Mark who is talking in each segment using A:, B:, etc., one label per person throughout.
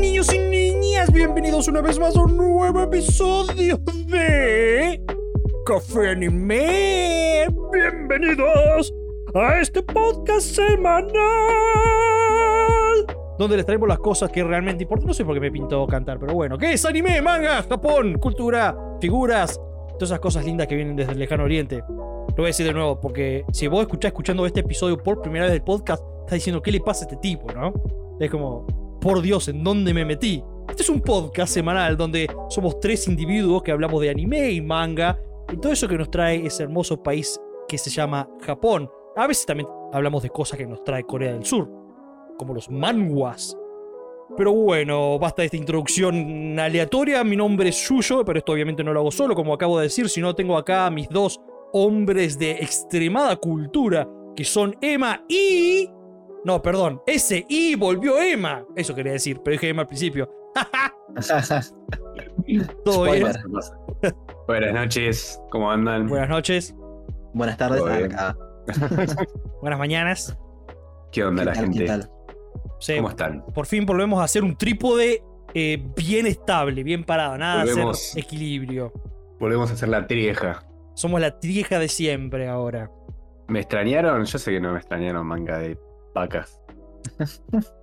A: niños y niñas, bienvenidos una vez más a un nuevo episodio de Café Anime. Bienvenidos a este podcast semanal. Donde les traemos las cosas que realmente importan. No sé por qué me pintó cantar, pero bueno. ¿Qué es anime, manga, Japón, cultura, figuras? Todas esas cosas lindas que vienen desde el lejano oriente. Lo voy a decir de nuevo, porque si vos escuchás escuchando este episodio por primera vez del podcast, estás diciendo, ¿qué le pasa a este tipo, no? Es como, por Dios, ¿en dónde me metí? Este es un podcast semanal donde somos tres individuos que hablamos de anime y manga y todo eso que nos trae ese hermoso país que se llama Japón. A veces también hablamos de cosas que nos trae Corea del Sur, como los manguas. Pero bueno, basta de esta introducción aleatoria. Mi nombre es Suyo, pero esto obviamente no lo hago solo, como acabo de decir, sino tengo acá a mis dos hombres de extremada cultura, que son Emma y... No, perdón, ese y volvió Emma. Eso quería decir, pero dije Emma al principio. Todo bien.
B: Spoiler.
C: Buenas noches, ¿cómo andan?
A: Buenas noches,
B: Buenas tardes
C: Todo bien.
B: acá.
A: buenas mañanas.
C: ¿Qué onda
B: ¿Qué
C: la
B: tal,
C: gente?
B: qué tal?
A: Sí,
C: ¿Cómo están?
A: por fin volvemos a hacer un trípode eh, bien estable, bien parado, nada de
C: Volvemos.
A: hacer equilibrio.
C: Volvemos a hacer la trieja.
A: Somos la trieja de siempre ahora.
C: ¿Me extrañaron? Yo sé que no me extrañaron, manga de vacas.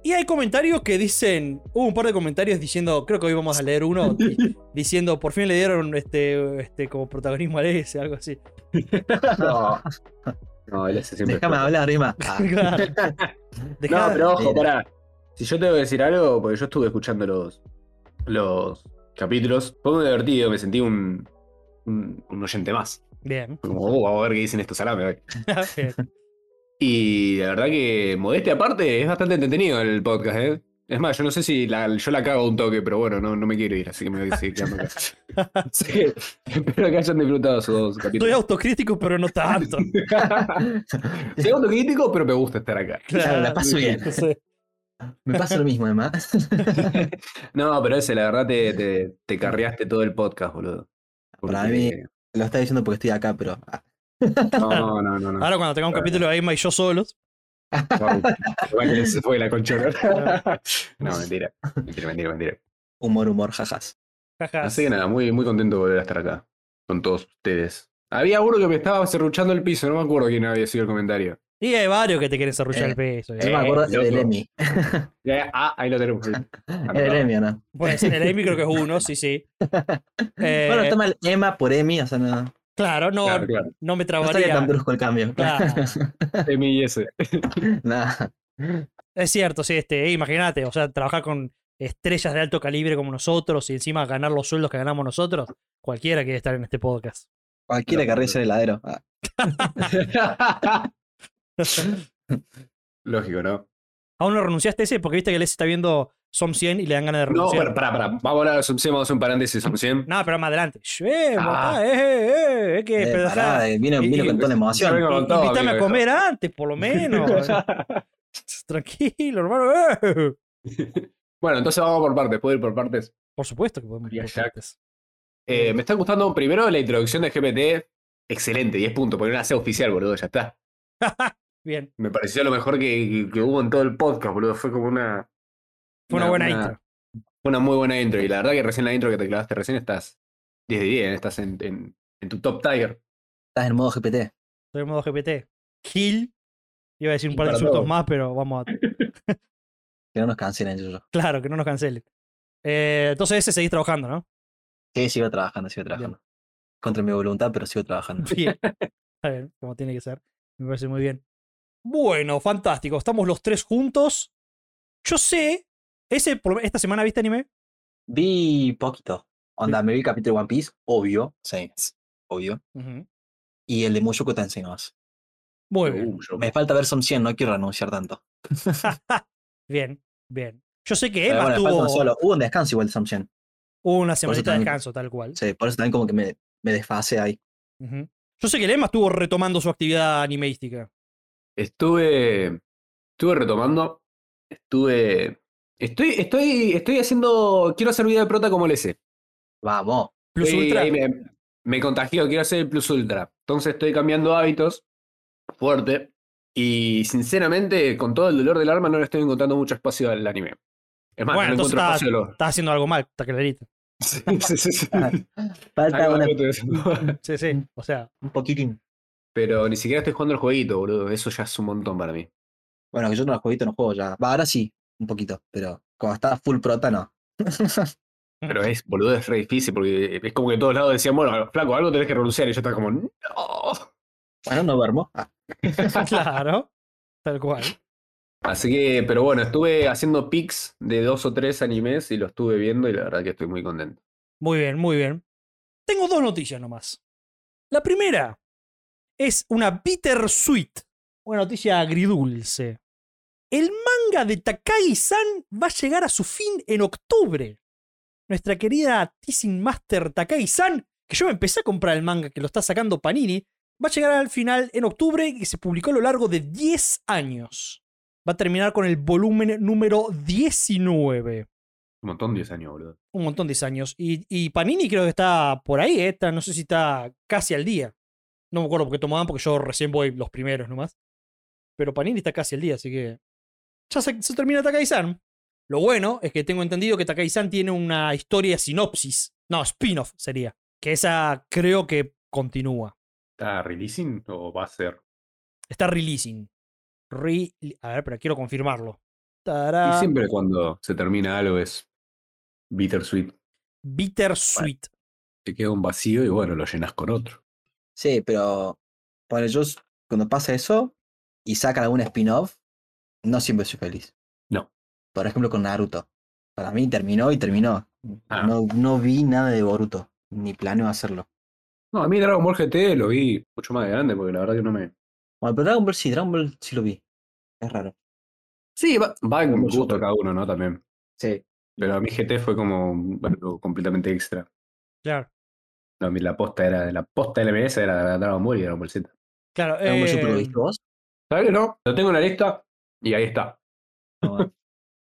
A: Y hay comentarios que dicen, hubo un par de comentarios diciendo, creo que hoy vamos a leer uno, di- diciendo, por fin le dieron este, este como protagonismo a ese, algo así.
C: No, no él hace siempre.
B: Déjame hablar, Rima. Ah,
A: Claro. Dejá-
C: Ah. No, pero ojo,
B: Mira.
C: pará. Si yo tengo que decir algo, porque yo estuve escuchando los, los capítulos, fue muy divertido, me sentí un, un, un oyente más.
A: Bien.
C: Fue Como, oh, vamos a ver qué dicen estos salames. hoy".
A: Bien.
C: Y la verdad que, modestia aparte, es bastante entretenido el podcast, ¿eh? Es más, yo no sé si la, yo la cago un toque, pero bueno, no, no me quiero ir, así que me voy a seguir quedando acá. Así que espero que hayan disfrutado sus dos
A: Soy
C: capítulos.
A: autocrítico, pero no tanto.
C: Soy autocrítico, pero me gusta estar acá.
B: Claro, la paso bien.
A: No sé.
B: Me pasa lo mismo, además.
C: No, pero ese, la verdad, te, te, te carreaste todo el podcast, boludo.
B: Para mí. Lo está diciendo porque estoy acá, pero. ah,
C: No, no, no, no.
A: Ahora cuando tengamos un capítulo de Emma y yo solos.
C: Chau. Igual que se fue la concha. No, mentira. Mentira, mentira, mentira.
B: Humor, humor, jajas.
A: Jaja.
C: Así que nada, muy, muy contento de volver a estar acá con todos ustedes. Había uno que me estaba cerruchando el piso, no me acuerdo quién había sido el comentario.
A: Y hay varios que te quieren desarrollar el peso.
B: Yo
C: Eh,
B: me acuerdo del
C: loco. Ah,
B: Emi.
C: Ya, ya, Ah, ahí lo tenemos.
B: Era el Emi, ¿o ¿no?
A: Puede ser, el Amy creo que es uno, sí, sí. Eh,
B: Bueno, está mal Emma por Emi, o sea, no, no
A: claro, no,
C: Claro, claro.
A: no me
B: estaría
A: trabaría.
B: tan brusco el cambio.
A: Claro.
C: Emi y ese.
B: Nada.
A: Es cierto, sí, este, eh, imagínate, o sea, trabajar con estrellas de alto calibre como nosotros y encima ganar los sueldos que ganamos nosotros, cualquiera quiere estar en este podcast.
B: Cualquiera que
C: Claro.
B: arriesgue el heladero. Ah,
C: Lógico, ¿no?
A: Aún no renunciaste a ese porque viste que les está viendo Som 100 y le dan ganas de
C: No,
A: renunciar.
C: pero pará, pará. Vamos a hablar de Sum 100, vamos a hacer un paréntesis Sum 100.
A: No, pero más adelante. Shue,
C: Ah.
A: papá, eh, eh, eh, es que
B: eh,
A: pero, o sea,
B: pará, eh, vino,
A: y-
B: vino
A: y-
B: con toda la
C: Yo
B: emoción.
C: vengo con todo,
A: invítame a
C: amigo,
A: comer antes, por lo menos. Tranquilo, hermano. eh.
C: Bueno, entonces vamos por partes, puedo ir por partes.
A: Por supuesto que podemos. ir
C: Ya,
A: por
C: ya.
A: partes.
C: Eh, me está gustando primero la introducción de GPT. Excelente, 10 puntos, porque no la sé oficial, boludo, ya está.
A: Bien,
C: Me pareció lo mejor que, que hubo en todo el podcast, boludo. Fue como una.
A: fue una, buena intro.
C: Fue una muy buena intro. Y la verdad que recién la intro que te clavaste recién estás 10 de 10, estás en, en- en tu top tiger.
B: Estás en modo GPT.
A: Estoy en modo GPT. Gil. Iba a decir un
C: Y
A: par de
C: para
A: insultos
C: todos.
A: más, pero vamos a.
B: Que no nos cancelen, yo. yo.
A: Claro, que no nos cancelen. Eh, entonces ese seguís trabajando, ¿no?
B: Sí, sigo trabajando, sigo trabajando. Contra mi voluntad, pero sigo trabajando.
A: Bien. Está bien, como tiene que ser. Me parece muy bien. Bueno, fantástico. Estamos los tres juntos. Yo sé. Ese, por lo- ¿Esta semana viste anime?
B: Vi poquito. Onda, me vi el capítulo de One Piece, obvio. Sí, obvio.
A: Ujú.
B: Y el de Mushoku Tensei nomás.
A: Muy bien.
C: Uh, yo-
B: Me falta ver Son 100, no quiero renunciar tanto.
A: Bien, bien. Yo sé que
B: Pero
A: Emma
B: bueno, me falta
A: tuvo
B: un solo. Hubo un descanso igual de Son 100.
A: una semanita de
B: también.
A: descanso, tal cual.
B: Sí, por eso también como que me, me desfase ahí.
A: Ujú. Yo sé que el Emma estuvo retomando su actividad animeística.
C: Estuve. Estuve retomando. Estuve. Estoy, estoy, estoy haciendo. Quiero hacer vida de prota como el S.
B: Vamos.
A: Plus
C: Estoy-
A: Ultra.
C: ahí Me, me contagió, quiero hacer el Plus Ultra. Entonces estoy cambiando hábitos fuerte. Y sinceramente, con todo el dolor del alma, no le estoy encontrando mucho espacio al anime. Es más,
A: Bueno,
C: no
A: entonces
C: encuentro espacio de los.
A: Estás haciendo algo mal, está clarito.
C: Sí, sí, sí.
B: Falta
C: Algo
B: una-
C: estoy haciendo.
A: Sí, sí. O sea,
B: un poquitín.
C: Pero ni siquiera estoy jugando el jueguito, boludo. Eso ya es un montón para mí.
B: Bueno, que yo no los jueguitos no juego ya. Va, ahora sí, un poquito, pero como estaba full prota, no.
C: Pero es, boludo, es re difícil porque es como que todos lados decían, bueno, flaco, algo tenés que renunciar. Y yo estaba como, no.
B: Bueno, no duermo. Ah,
A: claro. Tal cual.
C: Así que, pero bueno, estuve haciendo pics de dos o tres animes y lo estuve viendo y la verdad que estoy muy contento.
A: Muy bien, muy bien. Tengo dos noticias nomás. La primera es una bittersweet, una noticia agridulce. El manga de Takagi-san va a llegar a su fin en octubre. Nuestra querida Teasing Master Takagi-san, que yo me empecé a comprar el manga que lo está sacando Panini, va a llegar al final en octubre y se publicó a lo largo de 10 años. Va a terminar con el volumen número 19
C: Un montón de 10 años, boludo.
A: un montón de años. Y, y Panini creo que está por ahí, ¿eh? Está- no sé si está casi al día. No me acuerdo porque tomaban, porque yo recién voy los primeros nomás. Pero Panini está casi al día, así que. Ya se, se termina Takaisan. Lo bueno es que tengo entendido que Takaisan tiene una historia sinopsis. No, spin-off sería. Que esa creo que continúa.
C: ¿Está releasing o va a ser?
A: Está releasing. Re- a ver, pero quiero confirmarlo.
C: Y
A: Tará.
C: siempre cuando se termina algo es bittersweet.
A: Bittersweet.
C: Te queda un vacío y bueno, lo llenas con otro.
B: Sí, pero bueno, yo s- cuando pasa eso y sacan algún spin-off, no siempre soy feliz.
C: No.
B: Por ejemplo, con Naruto. Para mí terminó y terminó.
C: Ah.
B: No, no vi nada de Boruto, ni planeo hacerlo.
C: No, a mí Dragon Ball GT lo vi mucho más de grande porque la verdad que no me.
B: Bueno, pero Dragon Ball sí, Dragon Ball sí lo vi. Es raro.
C: Sí, va, va en
B: Como
C: gusto
B: nosotros.
C: cada uno, ¿no? También.
B: Sí.
C: Pero a mí GT fue como algo completamente extra.
A: Claro.
C: No, a mí la posta era, la posta LMS era Dragon Ball y Dragon Ball Z.
A: Claro.
B: ¿Dragon Ball Super lo
A: eh,
C: Em.
B: viste vos?
C: ¿Sabes que no? Lo tengo en la lista y ahí está.
B: No, bueno.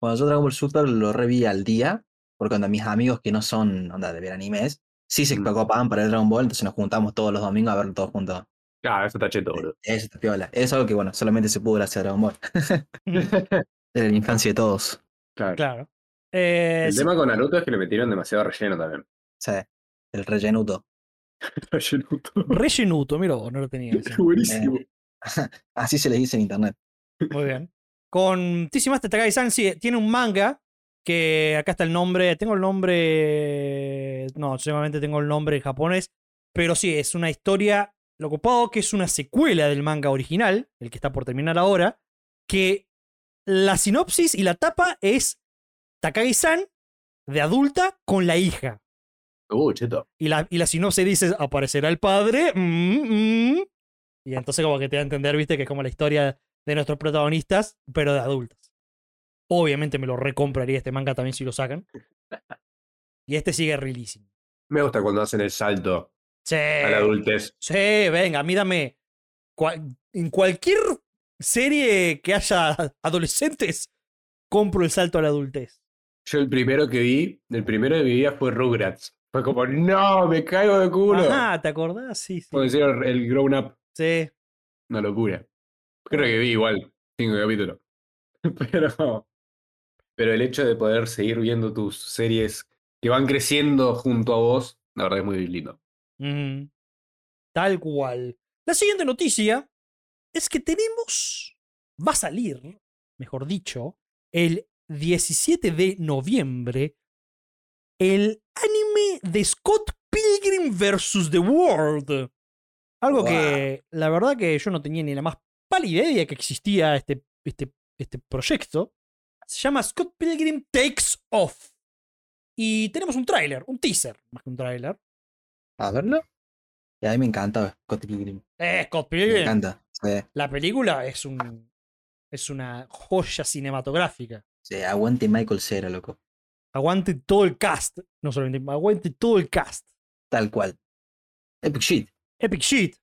B: Bueno, yo Dragon Ball Super lo reví al día, porque cuando mis amigos que no son onda de ver animes, sí se
C: Mm.
B: preocupaban para el Dragon Ball, entonces nos juntamos todos los domingos a verlo todos juntos.
C: Claro, Ah, eso está cheto, boludo.
B: Eh, Eso está piola. Es algo que, bueno, solamente se pudo gracias a Dragon Ball. Era la infancia de todos.
C: Claro.
A: claro. Eh,
C: El
A: sí.
C: tema con Naruto es que le metieron demasiado relleno también.
B: O sea, el rellenuto.
C: Rellenuto.
A: Rellenuto, mira vos, no lo tenía. ese.
C: Buenísimo.
B: Así se les dice en internet.
A: Muy bien. Con Tizzy Master Takagi-san, sí, tiene un manga que acá está el nombre. Tengo el nombre. No, seguramente tengo el nombre en japonés. Pero sí, es una historia. Lo ocupado que es una secuela del manga original, el que está por terminar ahora. Que la sinopsis y la tapa es Takagi-san de adulta con la hija.
C: Uh, cheto.
A: Y la, y la sinopsis dice, aparecerá el padre. mm, mm". Y entonces como que te da a entender, viste, que es como la historia de nuestros protagonistas, pero de adultos. Obviamente me lo recompraría este manga también si lo sacan. Y este sigue releasing.
C: Me gusta cuando hacen el salto
A: Sí,
C: a la adultez.
A: sí, venga, mírame. en cualquier serie que haya adolescentes, compro el salto a la adultez.
C: Yo el primero que vi, el primero de mi vida fue Rugrats. Fue como, no, me caigo de culo. Pues
A: Ajá, ¿te acordás? Sí, sí.
C: Cuando hicieron el grown up,
A: Sí.
C: una locura. Creo que vi igual, cinco capítulos. Pero, pero el hecho de poder seguir viendo tus series que van creciendo junto a vos, la verdad es muy lindo.
A: Mm. Tal cual. La siguiente noticia es que tenemos. Va a salir, mejor dicho, el 17 de noviembre, el anime de Scott Pilgrim vs. The World. Algo
B: Guau.
A: que la verdad que yo no tenía ni la más pálida idea que existía este, este, este proyecto. Se llama Scott Pilgrim Takes Off. Y tenemos un tráiler, un teaser, más que un tráiler.
B: A verlo. Y a mí me encanta Scott Pilgrim.
A: Eh, Scott
B: Me
A: Pilgrim.
B: encanta. Sí,
A: La película es un es una joya cinematográfica.
B: sí, aguante Michael Cera, loco.
A: Aguante todo el cast, no solamente aguante todo el cast.
B: Tal cual. Epic shit.
A: Epic shit.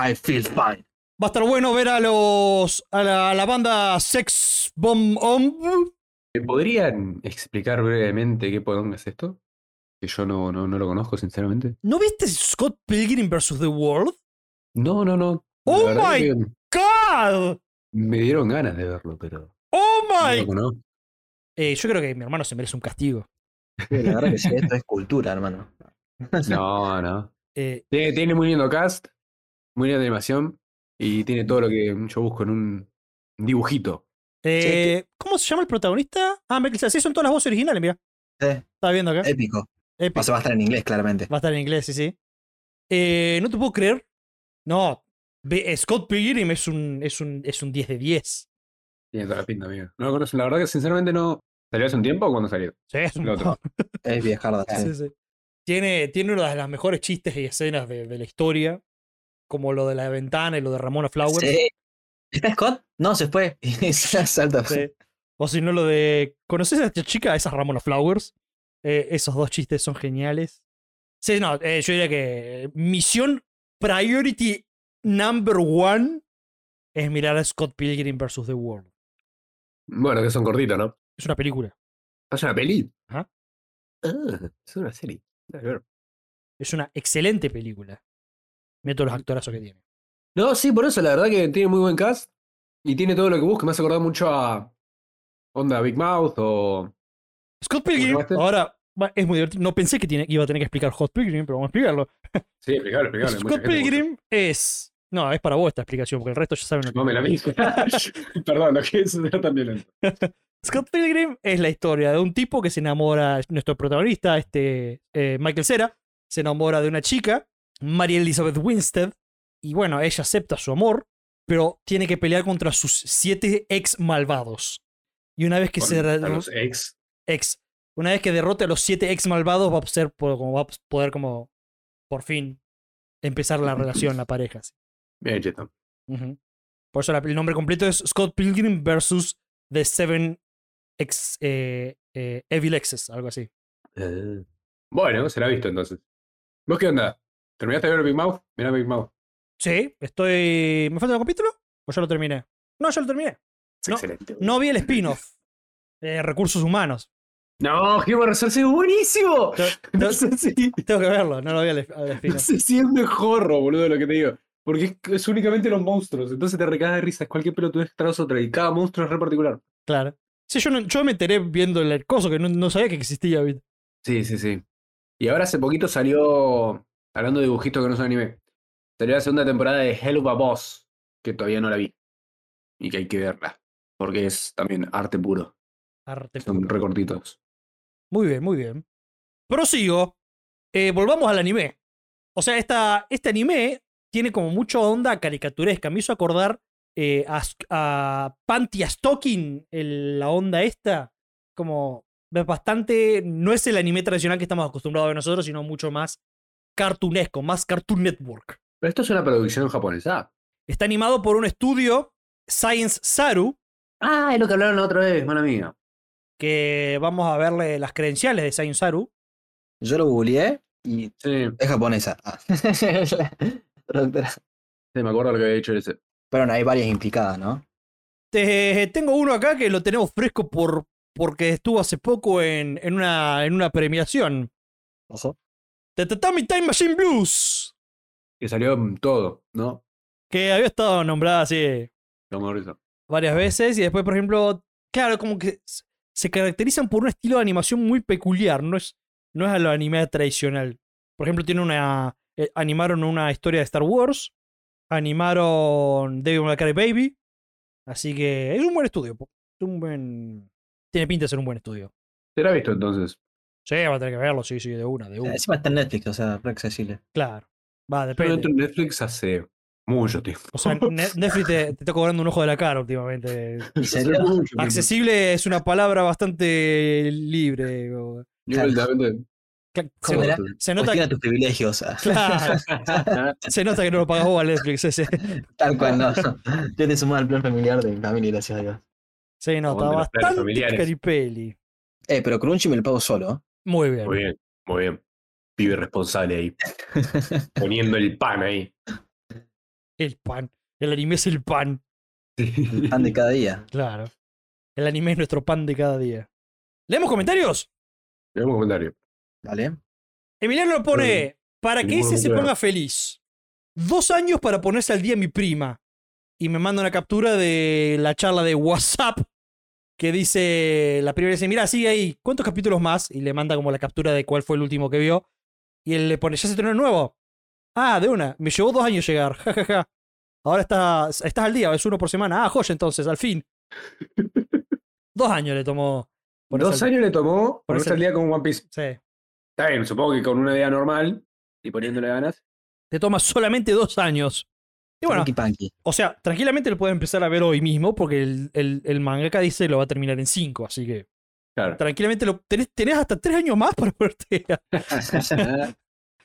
B: I feel fine.
A: Va a estar bueno ver a los a la, a la banda Sex Bomb Om.
C: ¿Me podrían explicar brevemente qué podón es esto? Que yo no, no, no lo conozco, sinceramente.
A: ¿No viste Scott Pilgrim vs the World?
C: No, no, no. La
A: ¡Oh,
C: verdad
A: my
C: que
A: God.
C: Me dieron ganas de verlo, pero
A: Oh
C: no lo
A: my
C: conozco.
A: Eh, yo creo que mi hermano se merece un castigo.
B: La verdad que sí, esto es cultura, hermano.
C: No, no.
A: Eh,
C: Tiene, tiene muy lindo cast, muy linda animación y tiene todo lo que yo busco en un dibujito.
A: eh,
B: Sí, que-
A: ¿Cómo se llama el protagonista? Ah, Michael Cera. Sí, son todas las voces originales, mira.
B: Sí, Eh,
A: Estaba viendo acá.
B: épico.
A: Epic.
B: O sea, va a estar en inglés, claramente.
A: Va a estar en inglés, sí, sí. Eh, no te puedo creer. No. ve- Scott Pilgrim es un, es, un, es un 10 de 10.
C: Tiene toda la pinta, amigo. No lo conocen. La verdad que sinceramente no. ¿Salió hace un tiempo o cuándo salió?
A: Sí, es un
C: El otro.
B: Es viejarda. sí.
A: Sí, sí. Tiene, tiene una de las mejores chistes y escenas de, de la historia, como lo de la ventana y lo de Ramona Flowers.
B: Sí. ¿Está Scott? No, se fue. Y se salta.
A: Sí. O si no, lo de. ¿Conoces a esta chica? Esas Ramona Flowers. Eh, esos dos chistes son geniales. Sí, no, eh, yo diría que eh, misión priority number one es mirar a Scott Pilgrim vs. The World.
C: Bueno, que son cortitos, ¿no?
A: Es una película.
C: Es una peli.
A: Ajá.
C: Ah, es una serie. A ver.
A: Es una excelente película. Mira todos los actorazos que tiene.
C: No, sí, por eso, la verdad que tiene muy buen cast y tiene todo lo que busca. Me hace acordar mucho a Onda Big Mouth o.
A: Scott Pilgrim,
C: llamaste?
A: ahora va- es muy divertido. No pensé que tiene- iba a tener que explicar Scott Pilgrim, pero vamos a explicarlo.
C: Sí, explicable, explicable. mucha
A: Scott
C: gente me gusta.
A: Pilgrim es. No, es para vos esta explicación, porque el resto ya saben lo que
C: No me la vi. Perdón, lo que es era tan violento.
A: Scott Pilgrim es la historia de un tipo que se enamora, nuestro protagonista, este eh, Michael Cera, se enamora de una chica, Mary Elizabeth Winstead, y bueno, ella acepta su amor, pero tiene que pelear contra sus siete ex malvados. Y una vez que se
C: Con-
A: re-
C: a los ex.
A: ex. Una vez que derrote a los siete ex malvados, va a ser po- como va a poder como por fin empezar la relación, la pareja. sí.
C: Bien, cheto.
A: Ujú. Por eso la- el nombre completo es Scott Pilgrim versus The Seven ex, eh, eh, Evil Exes, algo así.
C: Ah. Bueno, se la ha visto entonces. ¿Vos qué onda? ¿Terminaste de ver Big Mouth? Mirá Big Mouth.
A: Sí, estoy. ¿Me falta un capítulo? ¿O ya lo terminé? No, ya lo terminé.
C: Es
A: No,
C: excelente.
A: No vi el spin-off. eh, recursos humanos.
C: No, Human Resources es buenísimo.
A: Te-
C: No
A: te-
C: sé si,
A: tengo que verlo, no lo vi al, al
C: no
A: spin-off.
C: sé si es mejor, boludo, lo que te digo. Porque es, es únicamente los monstruos. Entonces te recagas de risas. Cualquier pelotudez tras otra. Y cada monstruo es re particular.
A: Claro. Sí, yo, no- yo me enteré viendo el coso que no, no sabía que existía. ¿viste?
C: Sí, sí, sí. Y ahora hace poquito salió, hablando de dibujitos que no son anime, salió la segunda temporada de Hell of a Boss, que todavía no la vi. Y que hay que verla. Porque es también arte puro.
A: Arte
C: Son recortitos.
A: Muy bien, muy bien. Prosigo. Eh, volvamos al anime. O sea, esta, este anime tiene como mucha onda caricaturesca. Me hizo acordar eh, a, S- a Panty Stocking, el- la onda esta. Como es bastante. No es el anime tradicional que estamos acostumbrados a ver nosotros, sino mucho más cartoonesco, más Cartoon Network.
C: Pero esto es una producción japonesa.
A: Está animado por un estudio, Science Saru,
C: Ah, es lo que hablaron la otra vez, mala mía.
A: que vamos a verle las credenciales de Science Saru.
B: Yo lo googleé y
C: Sí,
B: es japonesa. Ah. La traductora.
C: sí, me acuerdo lo que había dicho ese.
B: Pero bueno, hay varias implicadas, ¿no?
A: Te- tengo uno acá que lo tenemos fresco por, porque estuvo hace poco en, en, una, en una premiación.
B: Ojo.
A: The Tatami Time Machine Blues,
C: Que salió en todo, ¿no?
A: que había estado nombrada así
C: Como eso.
A: varias veces. Y después, por ejemplo, claro, como que s- se caracterizan por un estilo de animación muy peculiar. No es, no es a lo anime tradicional. Por ejemplo, tiene una. eh, animaron una historia de Star Wars. Animaron Devil May Cry Baby. Así que es un buen estudio. po. Es un buen. Tiene pinta de ser un buen estudio.
C: Será visto entonces.
A: Sí, va a tener que verlo, sí, sí, de una, de una.
B: Encima está en Netflix, o sea, re accesible.
A: Claro. Va,
C: Yo no entro
A: depende.
C: en Netflix hace mucho tiempo.
A: O sea, Ne- Netflix te, te está cobrando un ojo de la cara últimamente.
B: Y
C: Hace
B: sería-
C: mucho tiempo.
A: Accesible es una palabra bastante libre. o-
C: Yo, literalmente,
A: Cla- Se,
B: ¿Cómo
A: nota-
B: era?
A: se nota
B: Cuestiona
A: que,
B: tus privilegios, ah. o sea,
A: claro,
C: Ah,
A: se nota que no lo pagas vos a Netflix. Ese.
B: tal cual no. Yo te sumo al plan familiar de mi familia, gracias a Dios.
A: Sí, no,
C: Como
A: está
C: de los planes
A: bastante
C: familiares.
A: caripeli.
B: Eh, pero Crunchy me lo pago solo.
A: Muy bien.
C: Muy bien, muy bien. Pibe responsable ahí. Poniendo el pan ahí.
A: El pan. El anime es el pan.
B: Pan de cada día.
A: Claro. El anime es nuestro pan de cada día. ¿Leemos comentarios?
C: Tenemos comentario.
B: ¿Vale?
A: Emiliano lo pone, para que
C: ningún
A: ese se
C: problema.
A: ponga feliz. Dos años para ponerse al día mi prima. Y me manda una captura de la charla de WhatsApp que dice, la primera dice, mira, sigue ahí, ¿cuántos capítulos más? Y le manda como la captura de cuál fue el último que vio. Y él le pone, ya se estrenó el nuevo. Ah, de una, me llevó dos años llegar, jajaja. Ahora estás, estás al día, es uno por semana. Ah, joya entonces, al fin. dos años le tomó. ponerse
C: Dos
A: al-
C: años le tomó
A: por
C: por
A: eso-
C: al día con One Piece.
A: Sí.
C: Está bien, supongo que con una idea normal y poniéndole ganas.
A: Te toma solamente dos años. Y bueno,
B: Punky Punky.
A: o sea, tranquilamente lo puedes empezar a ver hoy mismo porque el, el, el mangaka dice lo va a terminar en cinco, así que
C: Claro.
A: tranquilamente lo tenés, tenés hasta tres años más para verte a,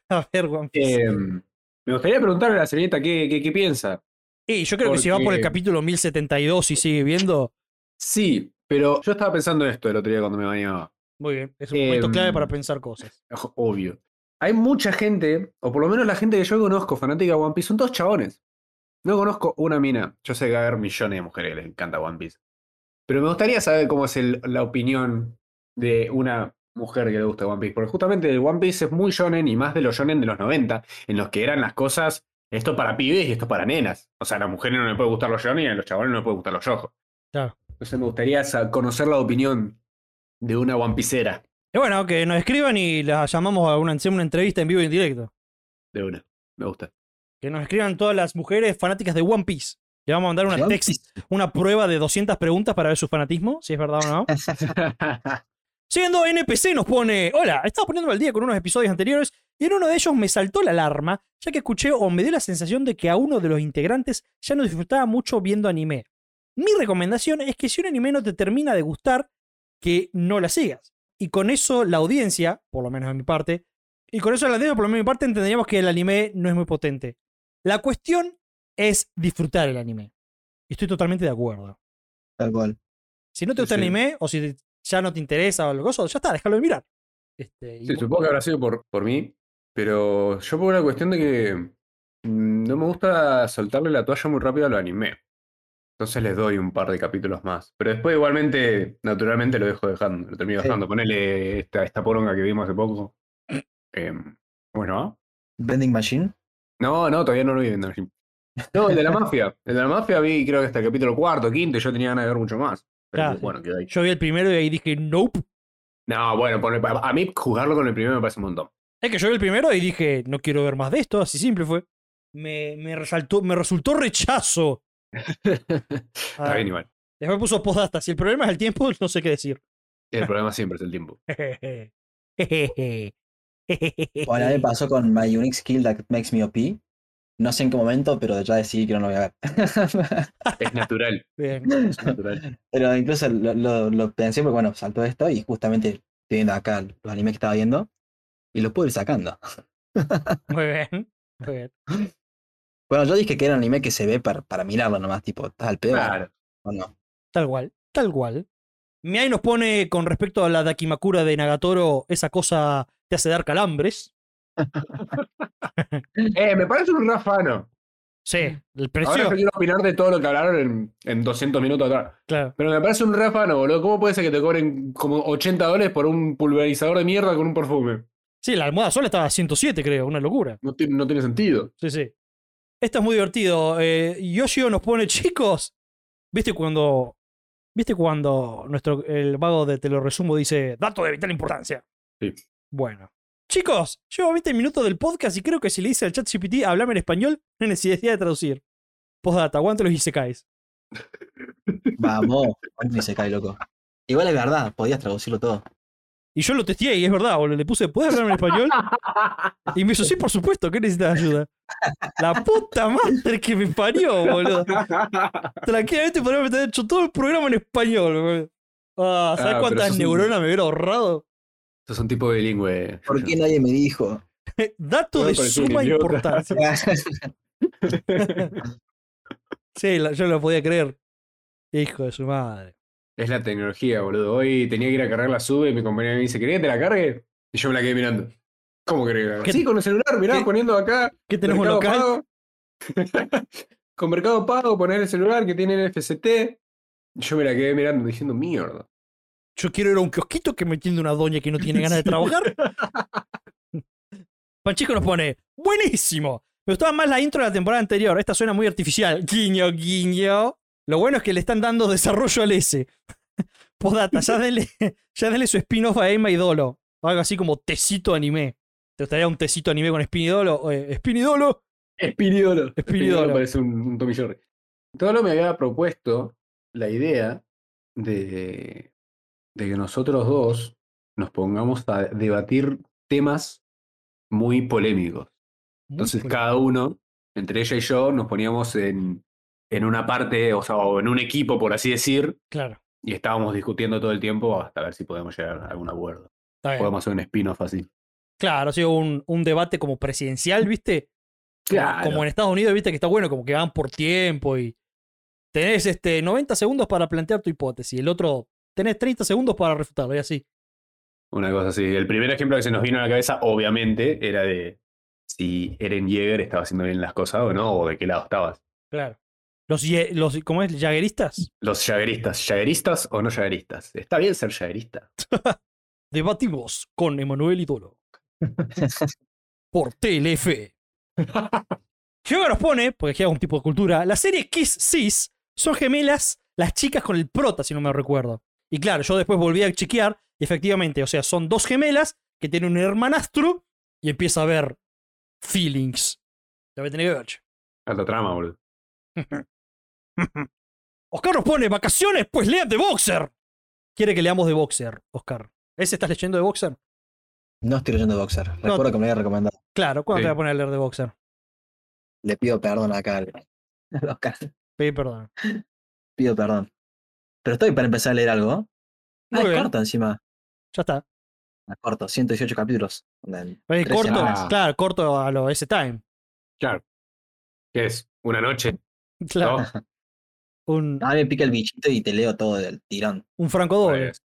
A: a ver One Piece.
C: Eh, me gustaría preguntarle a la señorita qué, qué, qué piensa.
A: Y yo creo que si va por el
C: porque-
A: capítulo 1072 y sigue viendo,
C: Sí, pero yo estaba pensando esto el otro día cuando me bañaba.
A: muy bien, es un momento
C: Em,
A: clave para pensar cosas.
C: Ojo, Obvio. Hay mucha gente, o por lo menos la gente que yo conozco, fanática de One Piece, son todos chabones. No conozco una mina. Yo sé que va a haber millones de mujeres que les encanta One Piece. Pero me gustaría saber cómo es el- la opinión de una mujer que le gusta One Piece. Porque justamente el One Piece es muy shonen y más de los shonen de los 90, en los que eran las cosas, esto para pibes y esto para nenas. O sea, a las mujeres no les puede gustar los shonen y a los chabones no les puede gustar los yojos.
A: Claro.
C: Entonces me gustaría sa- conocer la opinión de una One Piecera.
A: Y bueno, que nos escriban y las llamamos a una, hacemos una entrevista en vivo y en directo.
C: De una. Me gusta.
A: Que nos escriban todas las mujeres fanáticas de One Piece. Le vamos a mandar una,
B: One
A: text, una prueba de 200 preguntas para ver su fanatismo, si es verdad o no. Siguiendo NPC nos pone, hola, estaba poniéndome al día con unos episodios anteriores y en uno de ellos me saltó la alarma, ya que escuché o me dio la sensación de que a uno de los integrantes ya no disfrutaba mucho viendo anime. Mi recomendación es que si un anime no te termina de gustar, que no la sigas. Y con eso la audiencia, por lo menos de mi parte, y con eso la audiencia, por lo menos de mi parte, entenderíamos que el anime no es muy potente. La cuestión es disfrutar el anime. Y estoy totalmente de acuerdo.
B: Tal cual.
A: Si no te
C: Sí,
A: gusta el
C: sí.
A: anime o si te- ya no te interesa o algo cosa, ya está, déjalo de mirar. Este, y
C: Sí,
A: bu-
C: supongo que habrá sido por, por mí, pero yo por una cuestión de que mm, no me gusta soltarle la toalla muy rápido a los anime. Entonces les doy un par de capítulos más. Pero después igualmente, naturalmente lo dejo dejando, lo termino
B: Sí.
C: dejando. Ponele esta, esta poronga que vimos hace poco. Em, bueno, ¿ah?
B: Vending Machine.
C: no, no, todavía no lo vi viendo. No, el de la mafia. El de la mafia vi creo que hasta el capítulo cuarto, quinto, y yo tenía ganas de ver mucho más. Pero
A: Claro.
C: bueno, quedó ahí.
A: Yo vi el primero y ahí dije, nope.
C: No, bueno, ponle- a mí jugarlo con el primero me parece un montón.
A: Es que yo vi el primero y dije, no quiero ver más de esto, así simple fue. Me, me, resaltó, me resultó rechazo.
C: Está
A: Ah,
C: bien igual.
A: Después puso postdata. Si el problema es el tiempo, no sé qué decir.
C: El problema siempre es el tiempo.
A: Jejeje. Eh,
B: O a la vez pasó con My Unique Skill That Makes Me OP. No sé en qué momento, pero ya decidí que no lo voy a ver.
C: Es natural.
A: Bien.
C: es natural.
B: pero incluso lo, lo- lo pensé porque, bueno, saltó esto y justamente estoy viendo acá los animes que estaba viendo y los pude ir sacando.
A: Muy bien. Muy bien.
B: Bueno, yo dije que era un anime que se ve para, para mirarlo nomás, tipo, estás al pedo
C: Claro.
B: o no.
A: Tal cual, tal cual. Miai nos pone con respecto a la Dakimakura de Nagatoro, esa cosa te hace dar calambres.
C: Eh, me parece un rafano.
A: Sí, el
C: Mm. Ahora
A: precio.
C: yo quiero opinar de todo lo que hablaron en, en 200 minutos atrás.
A: Claro.
C: Pero me parece un rafano, boludo. ¿Cómo puede ser que te cobren como 80 dólares por un pulverizador de mierda con un perfume?
A: Sí, la almohada sola estaba a 107, creo, una locura.
C: No, tiene- no tiene sentido.
A: Sí, sí. Esto es muy divertido. Eh, Yoshio nos pone, chicos. ¿Viste cuando. ¿Viste cuando nuestro el vago de Te lo resumo dice dato de vital importancia?
C: Sí.
A: Bueno. Chicos, llevo 20 minutos del podcast y creo que si le hice al chat GPT hablame en español, no hay necesidad de traducir. Postdata, aguante los isekais.
B: Vamos, y se cae loco. Igual es verdad, podías traducirlo todo.
A: Y yo lo testé y es verdad, boludo. Le puse, ¿puedes hablar en español? Y me hizo, sí, por supuesto, que necesitas ayuda. La puta madre que me parió, boludo. Tranquilamente podría haber hecho todo el programa en español, boludo. Ah, ¿sabes
C: Ah, pero
A: cuántas
C: sos un-
A: neuronas me hubiera ahorrado?
C: Esto es un tipo de bilingüe.
B: ¿Por qué nadie me dijo?
A: Dato
C: Bueno,
A: Eh, de
C: parecía un
A: suma
C: idiota.
A: importancia. Sí, la- yo no lo podía creer. Hijo de su madre.
C: Es la tecnología, boludo. Hoy tenía que ir a cargar la sube y mi compañera me dice, ¿querés que te la cargue? Y yo me la quedé mirando. ¿Cómo querés?
A: ¿Qué-
C: Sí, con el celular, mirá,
A: qué-
C: poniendo acá.
A: ¿Qué tenemos un
C: Mercado
A: local?
C: Pago. Con Mercado Pago, poner el celular que tiene el FCT. Yo me la quedé mirando diciendo mierda.
A: Yo quiero ir a un kiosquito que me entiende una doña que no tiene ganas de trabajar. Panchico nos pone, buenísimo. Me gustaba más la intro de la temporada anterior. Esta suena muy artificial. Guiño, guiño. Lo bueno es que le están dando desarrollo al S. Podata, ya denle, ya denle su spin-off a Emma y Dolo. O algo así como tecito anime. ¿Te gustaría un tecito anime con Spin y Dolo? Eh, Spin y Dolo.
C: Espiridolo.
A: Espiridolo.
C: Este parece un, un Tommy Jerry. Tolo me había propuesto la idea de, de que nosotros dos nos pongamos a debatir temas muy polémicos.
A: Muy
C: Entonces
A: bueno.
C: cada uno, entre ella y yo, nos poníamos en, en una parte, o sea, o en un equipo, por así decir,
A: Claro.
C: y estábamos discutiendo todo el tiempo hasta ver si podemos llegar a algún acuerdo.
A: Está bien.
C: Podemos hacer un spin-off así.
A: Claro, ha sido un, un debate como presidencial, ¿viste? Como-
C: Claro.
A: Como en Estados Unidos, ¿viste? Que está bueno, como que van por tiempo y tenés este 90 segundos para plantear tu hipótesis. El otro, tenés 30 segundos para refutarlo y así.
C: Una cosa así. El primer ejemplo que se nos vino a la cabeza, obviamente, era de si Eren Yeager estaba haciendo bien las cosas o no, o de qué lado estabas.
A: Claro. Los, ye- los ¿cómo es? ¿Yagueristas?
C: Los Jagueristas, ¿Jagueristas o no Jagueristas? ¿Está bien ser Jaguerista?
A: Debatimos con Emanuel Idolo. por TLF. Giga nos pone, porque Giga es un tipo de cultura, la serie Kiss Sis son gemelas las chicas con el prota, si no me recuerdo. Y claro, yo después volví a chequear y efectivamente, o sea, son dos gemelas que tienen un hermanastro y empieza a haber feelings. La voy a tener que ver. che.
C: Alta trama, boludo.
A: Oscar nos pone vacaciones, pues lean de Boxer. Quiere que leamos de Boxer, Oscar. ¿Ese estás leyendo de Boxer?
B: No estoy leyendo Boxer. Recuerdo que me había recomendado.
A: Claro, ¿cuándo
C: Sí.
A: te voy a poner a leer de Boxer?
B: Le pido perdón acá al, al Oscar.
A: Pedí perdón.
B: Pido perdón. Pero estoy para empezar a leer algo. Ah,
A: Muy
B: es
A: bien.
B: corto encima.
A: Ya está.
B: Ah, Corto, 118 capítulos. Onda, en
A: Eh,
B: tres
A: corto,
B: semanas.
C: semanas.
A: claro, corto a lo ese time.
C: Claro. ¿Qué es? ¿Una noche?
A: Claro.
C: ¿Dos?
A: Un,
B: Ah, me pica el bichito y te leo todo del tirón.
A: un franco doble.
C: Tres.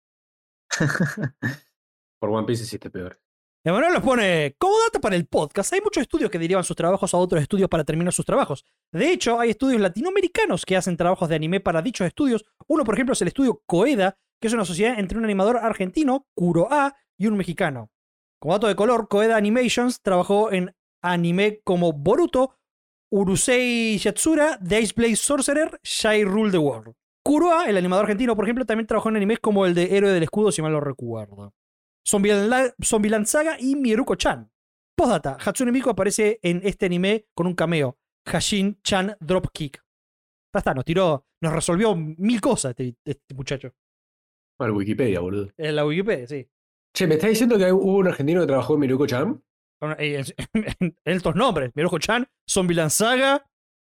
C: Por One Piece hiciste peor.
A: Emanuel nos pone, como dato para el podcast, hay muchos estudios que derivan sus trabajos a otros estudios para terminar sus trabajos. De hecho, hay estudios latinoamericanos que hacen trabajos de anime para dichos estudios. Uno, por ejemplo, es el estudio Coeda, que es una sociedad entre un animador argentino, Kuroa, y un mexicano. Como dato de color, Koeda Animations trabajó en anime como Boruto, Urusei Yatsura, Days Blade Sorcerer, Shai Rule the World. Kuroa, el animador argentino, por ejemplo, también trabajó en animes como el de Héroe del Escudo, si mal no recuerdo. Zombieland La- Zombieland Saga y Mieruko-chan. Postdata, Hatsune Miku aparece en este anime con un cameo. Hashin-chan Dropkick. Ya está, nos tiró, nos resolvió mil cosas este, este muchacho.
C: Bueno, Wikipedia, boludo.
A: En la Wikipedia, sí.
C: Che, ¿me estás diciendo que hubo un argentino que trabajó en Miruko Chan?
A: Bueno, eh, es- En estos nombres, Mieruko-chan, Zombieland Saga,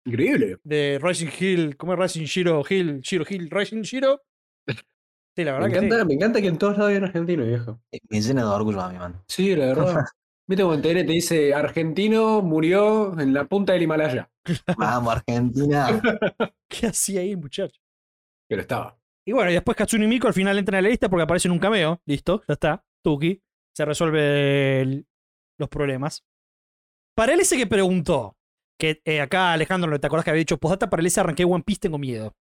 C: Increíble.
A: de Rising Hill, ¿cómo es Rising Shiro Hill? Shiro Hill, Rising Shiro. Sí, la
C: Me
A: verdad que
C: encanta,
A: sí.
C: me encanta que en todos lados hay un argentino, viejo.
B: Eh, Me llena de orgullo a mi man.
C: Sí, la verdad. Viste cuando te te dice, argentino murió en la punta del Himalaya.
B: Vamos, Argentina.
A: ¿Qué hacía ahí, muchacho?
C: Pero estaba.
A: Y bueno, y después Katsune Miku al final entra en la lista porque aparece en un cameo. Listo, ya está. Tuki. Se resuelve el- los problemas. Para él ese que preguntó, que eh, acá Alejandro, ¿te acordás que había dicho postdata? Para él ese arranqué One Piece, tengo miedo.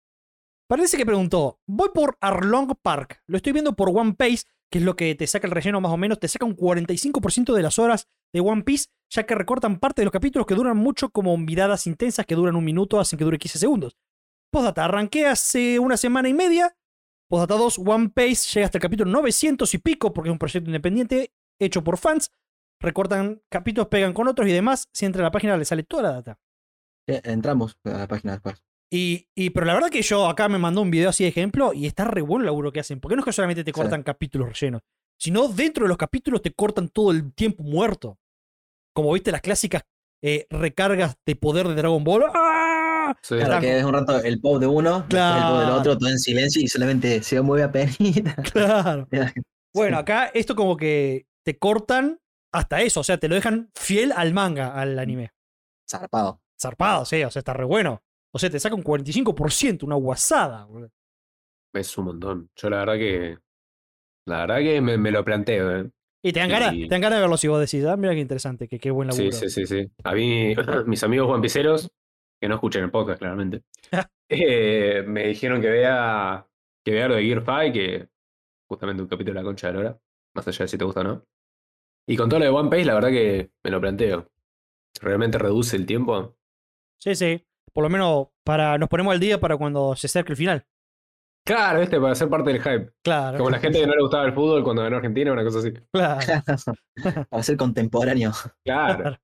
A: Para él ese que preguntó, voy por Arlong Park, lo estoy viendo por One Piece, que es lo que te saca el relleno más o menos, te saca un 45% de las horas de One Piece, ya que recortan parte de los capítulos que duran mucho como miradas intensas que duran un minuto, hacen que dure 15 segundos. Postdata, arranqué hace una semana y media, Postdata 2, One Piece llega hasta el capítulo 900 y pico, porque es un proyecto independiente hecho por fans. Recortan capítulos, pegan con otros y demás. Si entra a la página, le sale toda la data.
B: Eh, Entramos a la página después.
A: Y, y- pero la verdad que yo acá me mandó un video así de ejemplo y está re bueno el laburo que hacen. Porque no es que solamente te cortan capítulos rellenos, sino dentro de los capítulos te cortan todo el tiempo muerto. Como viste las clásicas eh, recargas de poder de Dragon Ball. ¡Ah!
C: Sí.
B: Claro, que es un rato el pop de uno, después el pop del
A: Claro.
B: otro, todo en silencio y solamente se mueve a penita.
A: Claro. Bueno,
B: Sí.
A: acá esto como que te cortan hasta eso, o sea, te lo dejan fiel al manga,
C: Mm.
A: al anime.
B: Zarpado.
A: Zarpado, sí, o sea, está re bueno. O sea, te saca un 45%, una guasada. boludo.
C: Es un montón. Yo la verdad que. La verdad que me, me lo planteo, ¿eh?
A: Y te dan ganas,
C: Y-
A: te dan ganas de verlo si vos decís, ah, mira qué interesante, que qué buen laburo.
C: Sí, sí, sí, sí. A mí, mis amigos guampiceros, que no escuchan el podcast, claramente, eh, me dijeron que vea, que vea lo de Gear 5, que justamente un capítulo de la concha de la hora, más allá de si te gusta o no. Y con todo lo de One Piece, la verdad que me lo planteo. ¿Realmente reduce el tiempo?
A: Sí, sí. Por lo menos para, nos ponemos al día para cuando se acerque el final.
C: Claro, este, para ser parte del hype.
A: Claro.
C: Como la gente que no le gustaba el fútbol cuando ganó Argentina, una cosa así.
A: claro.
B: Para ser contemporáneo.
C: Claro.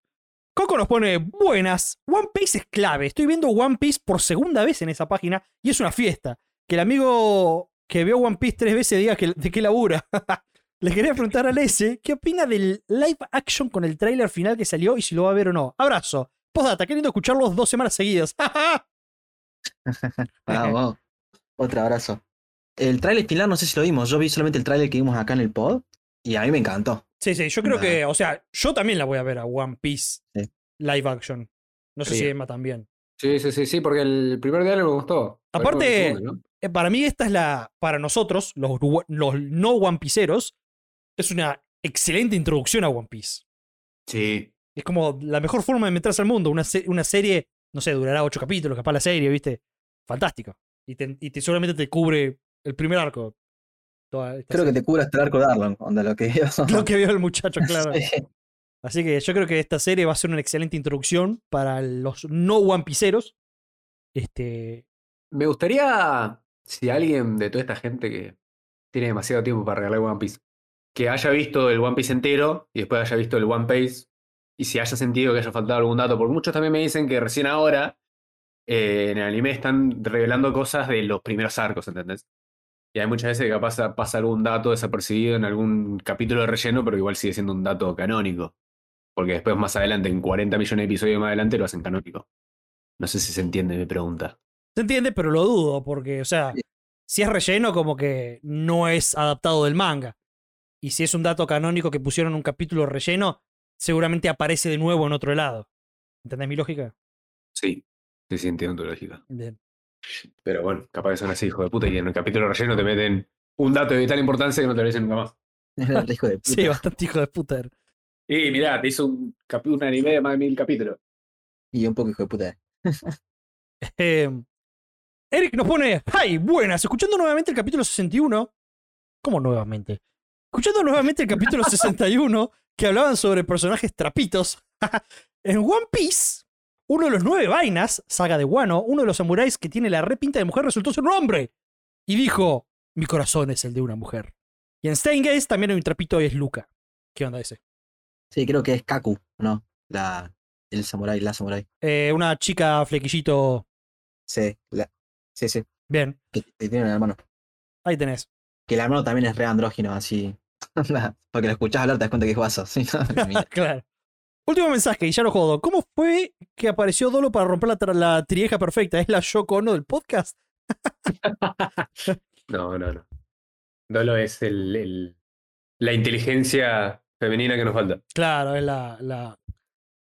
A: Coco nos pone, buenas, One Piece es clave. Estoy viendo One Piece por segunda vez en esa página y es una fiesta. Que el amigo que vio One Piece tres veces diga que, de qué labura. Le quería preguntar a Lese, ¿qué opina del live action con el tráiler final que salió y si lo va a ver o no? Abrazo. Postdata, queriendo escucharlos dos semanas seguidas.
B: Wow, wow. Otro abrazo. El tráiler final no sé si lo vimos. Yo vi solamente el tráiler que vimos acá en el pod y a mí me encantó.
A: sí, sí, yo creo que, o sea, yo también la voy a ver a One Piece
B: Sí.
A: live action. No sé
C: Sí.
A: si Emma también.
C: Sí, sí, sí, sí, porque el primer diálogo me gustó.
A: Aparte-
C: Pero no me gustó,
A: Eh, para mí esta es la, para nosotros, los, urugu- los no One Pieceros, es una excelente introducción a One Piece.
C: ¿no? Sí.
A: Es como la mejor forma de meterse al mundo. Una, se- una serie, no sé, durará ocho capítulos, capaz la serie, ¿viste? Fantástico. Y, te, y te- seguramente te cubre el primer arco. Toda esta
B: Creo que
A: serie.
B: te cubra hasta el arco de Arlon, onda lo que veo.
A: Lo que vio el muchacho, claro.
B: Sí.
A: Así que yo creo que esta serie va a ser una excelente introducción para los no One Pieceros. Este,
C: Me gustaría, si alguien de toda esta gente que tiene demasiado tiempo para regalar One Piece, que haya visto el One Piece entero y después haya visto el One Piece y si haya sentido que haya faltado algún dato, porque muchos también me dicen que recién ahora eh, en el anime están revelando cosas de los primeros arcos, ¿entendés? Y hay muchas veces que capaz a- pasa algún dato desapercibido en algún capítulo de relleno, pero igual sigue siendo un dato canónico. Porque después más adelante, en 40 millones de episodios más adelante, lo hacen canónico. No sé si se entiende mi pregunta.
A: Se entiende, pero lo dudo, porque, o sea,
B: Sí.
A: si es relleno, como que no es adaptado del manga. Y si es un dato canónico que pusieron en un capítulo relleno, seguramente aparece de nuevo en otro lado. ¿Entendés mi lógica?
C: Sí, sí, sí, entiendo tu lógica.
A: Bien.
C: Pero bueno, capaz que son así, hijo de puta, y en el capítulo relleno te meten un dato de vital importancia que no te lo dicen nunca más.
B: Era el hijo de puta.
A: Sí, bastante hijo de puta. era.
C: Y mirá, te hizo un, capi- un anime de más de mil capítulos.
B: Y un poco hijo de puta.
A: Eh, Eric nos pone, ¡ay, buenas! Escuchando nuevamente el capítulo 61. ¿Cómo nuevamente? Escuchando nuevamente el capítulo 61, que hablaban sobre personajes trapitos. en One Piece, uno de los nueve vainas, saga de Wano, uno de los samuráis que tiene la repinta de mujer resultó ser un hombre. Y dijo, mi corazón es el de una mujer. Y en Steingate también hay un trapito y es Luca. ¿Qué onda ese?
B: Sí, creo que es Kaku, ¿no? La, el samurái, la samurái.
A: Eh, una chica flequillito.
B: Sí, la- sí, sí.
A: Bien,
B: Que, que tiene un hermano.
A: ahí tenés.
B: Que el hermano también es re andrógino, así. Porque lo escuchás hablar, te das cuenta que es guaso. Sí, no, mira.
A: Claro. Último mensaje, y ya lo jodo. ¿Cómo fue que apareció Dolo para romper la, tra- la trieja perfecta? ¿Es la Yoko Ono del podcast?
C: No, no, no. Dolo es el, el- la inteligencia femenina que nos falta.
A: Claro, es la. la-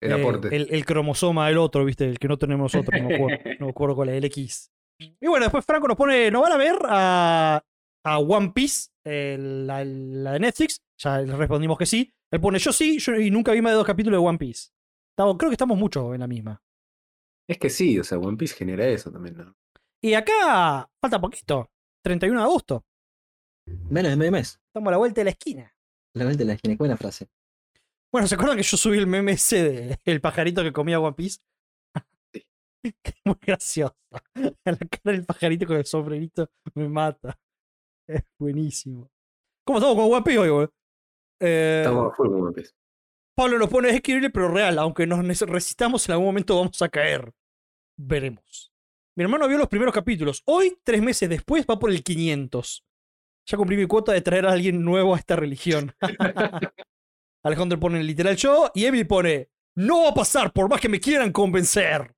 C: El
A: eh,
C: aporte.
A: el, el cromosoma del otro, ¿viste? El que no tenemos nosotros, no me acuerdo, no me acuerdo cuál es, el X. Y bueno, después Franco nos pone. ¿No van a ver a, a One Piece, eh, la, la de Netflix? Ya le respondimos que sí. Él pone yo sí, yo, y nunca vi más de dos capítulos de One Piece. Estamos- creo que estamos muchos en la misma.
C: Es que sí, o sea, One Piece genera eso también, ¿no?
A: Y acá falta poquito. 31 de agosto.
B: Menos de medio mes.
A: Estamos a la vuelta de la esquina.
B: La vuelta de la esquina. Qué buena frase.
A: Bueno, ¿se acuerdan que yo subí el meme ese de el pajarito que comía One Piece?
C: Sí.
A: Que es Muy gracioso. La cara del pajarito con el sombrerito me mata. Es buenísimo. ¿Cómo estamos con One Piece hoy, güey? Eh,
C: Estamos full con One Piece.
A: Pablo nos pone, es escribirle pero real. Aunque nos nes- resistamos, en algún momento vamos a caer. Veremos. Mi hermano vio los primeros capítulos. Hoy, tres meses después, va por el 500. Ya cumplí mi cuota de traer a alguien nuevo a esta religión. Alejandro pone literal yo y Emi pone, no va a pasar por más que me quieran convencer.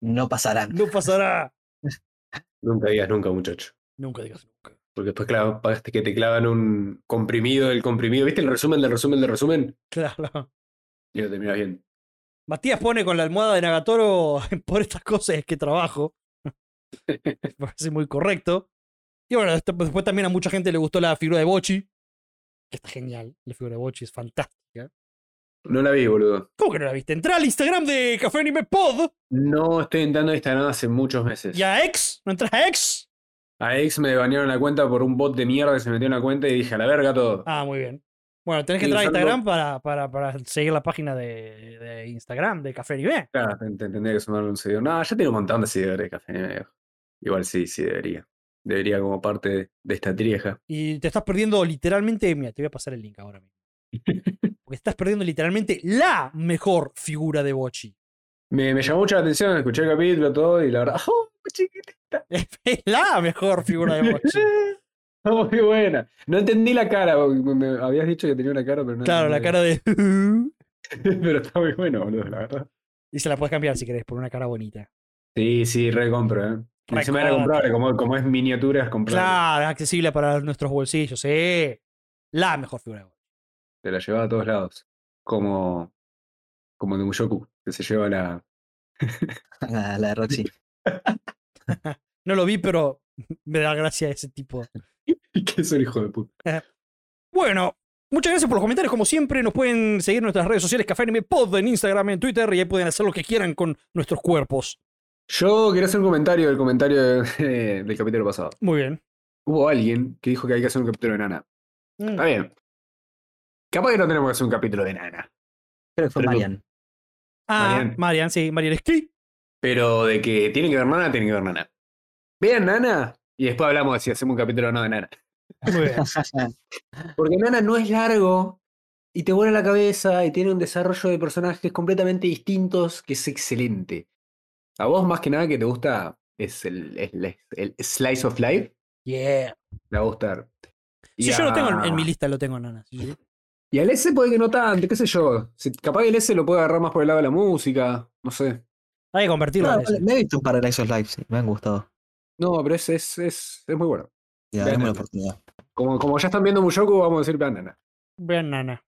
B: No pasarán.
A: No pasará.
C: Nunca digas nunca, muchacho.
A: Nunca digas nunca.
C: Porque después clava- pagaste que te clavan un comprimido del comprimido. ¿Viste el resumen del resumen del resumen?
A: Claro.
C: Y lo terminas bien.
A: Matías pone con la almohada de Nagatoro por estas cosas es que trabajo. Me parece muy correcto. Y bueno, esto- pues, después también a mucha gente le gustó la figura de Bochi. Que está genial. La figura de Bochi es fantástica.
C: No la vi, boludo.
A: ¿Cómo que no la viste? Entrá al Instagram de Café Anime Pod
C: No estoy entrando a Instagram hace muchos meses.
A: y a X. ¿No entras a X?
C: A ex me banearon la cuenta por un bot de mierda que se metió en la cuenta y dije, a la verga todo.
A: Ah, muy bien. Bueno, tenés que
C: Estoy
A: entrar a
C: usando-
A: Instagram para, para, para seguir la página de, de Instagram de Café Anime.
C: Claro, te, te entendía que sumaron un seguidor. No, ya tiene un montón de seguidores de café. Anime, viejo. Igual sí, sí debería. debería como parte de esta trieja.
A: Y te estás perdiendo literalmente. Mira, te voy a pasar el link ahora mismo. Porque estás perdiendo literalmente la mejor figura de Bochi.
C: Me, me llamó mucho la atención, escuché el capítulo todo y la verdad, ¡oh, chiquitita!
A: Es la mejor figura de Bochi.
C: Oh, Muy buena. No entendí la cara, porque me, me habías dicho que tenía una cara, pero no
A: Claro, la
C: entendí.
A: cara de.
C: Pero está muy bueno, boludo, la verdad.
A: Y se la puedes cambiar si querés, por una cara bonita.
C: Sí, sí, recompro, ¿eh? Encima era
A: Recompro.
C: comprable, como, como es miniaturas, comprable.
A: Claro, es accesible para nuestros bolsillos. Sí. La mejor figura de Bochi.
C: Se la llevaba a todos lados. Como, como de Mushoku, que se lleva la.
B: La, la de Roxy.
A: No lo vi, pero me da gracia ese tipo.
C: que es un hijo de puta.
A: Bueno, muchas gracias por los comentarios. Como siempre, nos pueden seguir en nuestras redes sociales, Café Anime Pod, en Instagram, en Twitter, y ahí pueden hacer lo que quieran con nuestros cuerpos.
C: Yo quería hacer un comentario del comentario de- del capítulo pasado.
A: Muy bien.
C: Hubo alguien que dijo que hay que hacer un capítulo de nana.
A: Mm.
C: Está bien. Capaz que no tenemos que hacer un capítulo de nana.
B: Creo que fue
C: Pero-
B: Marian.
A: Ah, Marian.
C: Marian.
A: sí, Marian Esquí.
C: Pero de que tiene que ver nana, tiene que ver nana. Vean nana y después hablamos de si hacemos un capítulo o no de nana.
A: Muy bien.
C: Porque nana no es largo y te vuela la cabeza y tiene un desarrollo de personajes completamente distintos que es excelente. A vos más que nada que te gusta es el, es la- el slice of life,
A: Yeah.
C: te va a gustar. Y
A: Si yo lo tengo en-
C: a-
A: en mi lista, lo tengo, nana. Sí, sí.
C: Y al S puede que no tanto, qué sé yo. Si- capaz que el S lo puede agarrar más por el lado de la música, no sé.
A: Hay que convertirlo.
B: Claro,
A: en ese.
B: me he visto un par de Life Live, sí, me han gustado.
C: No, pero es, es, es, es muy bueno.
B: Ya,
C: Vean
B: daremos la
C: el-
B: oportunidad.
C: Como, como ya están viendo Mushoku, vamos a decir vean nana.
A: Vean nana.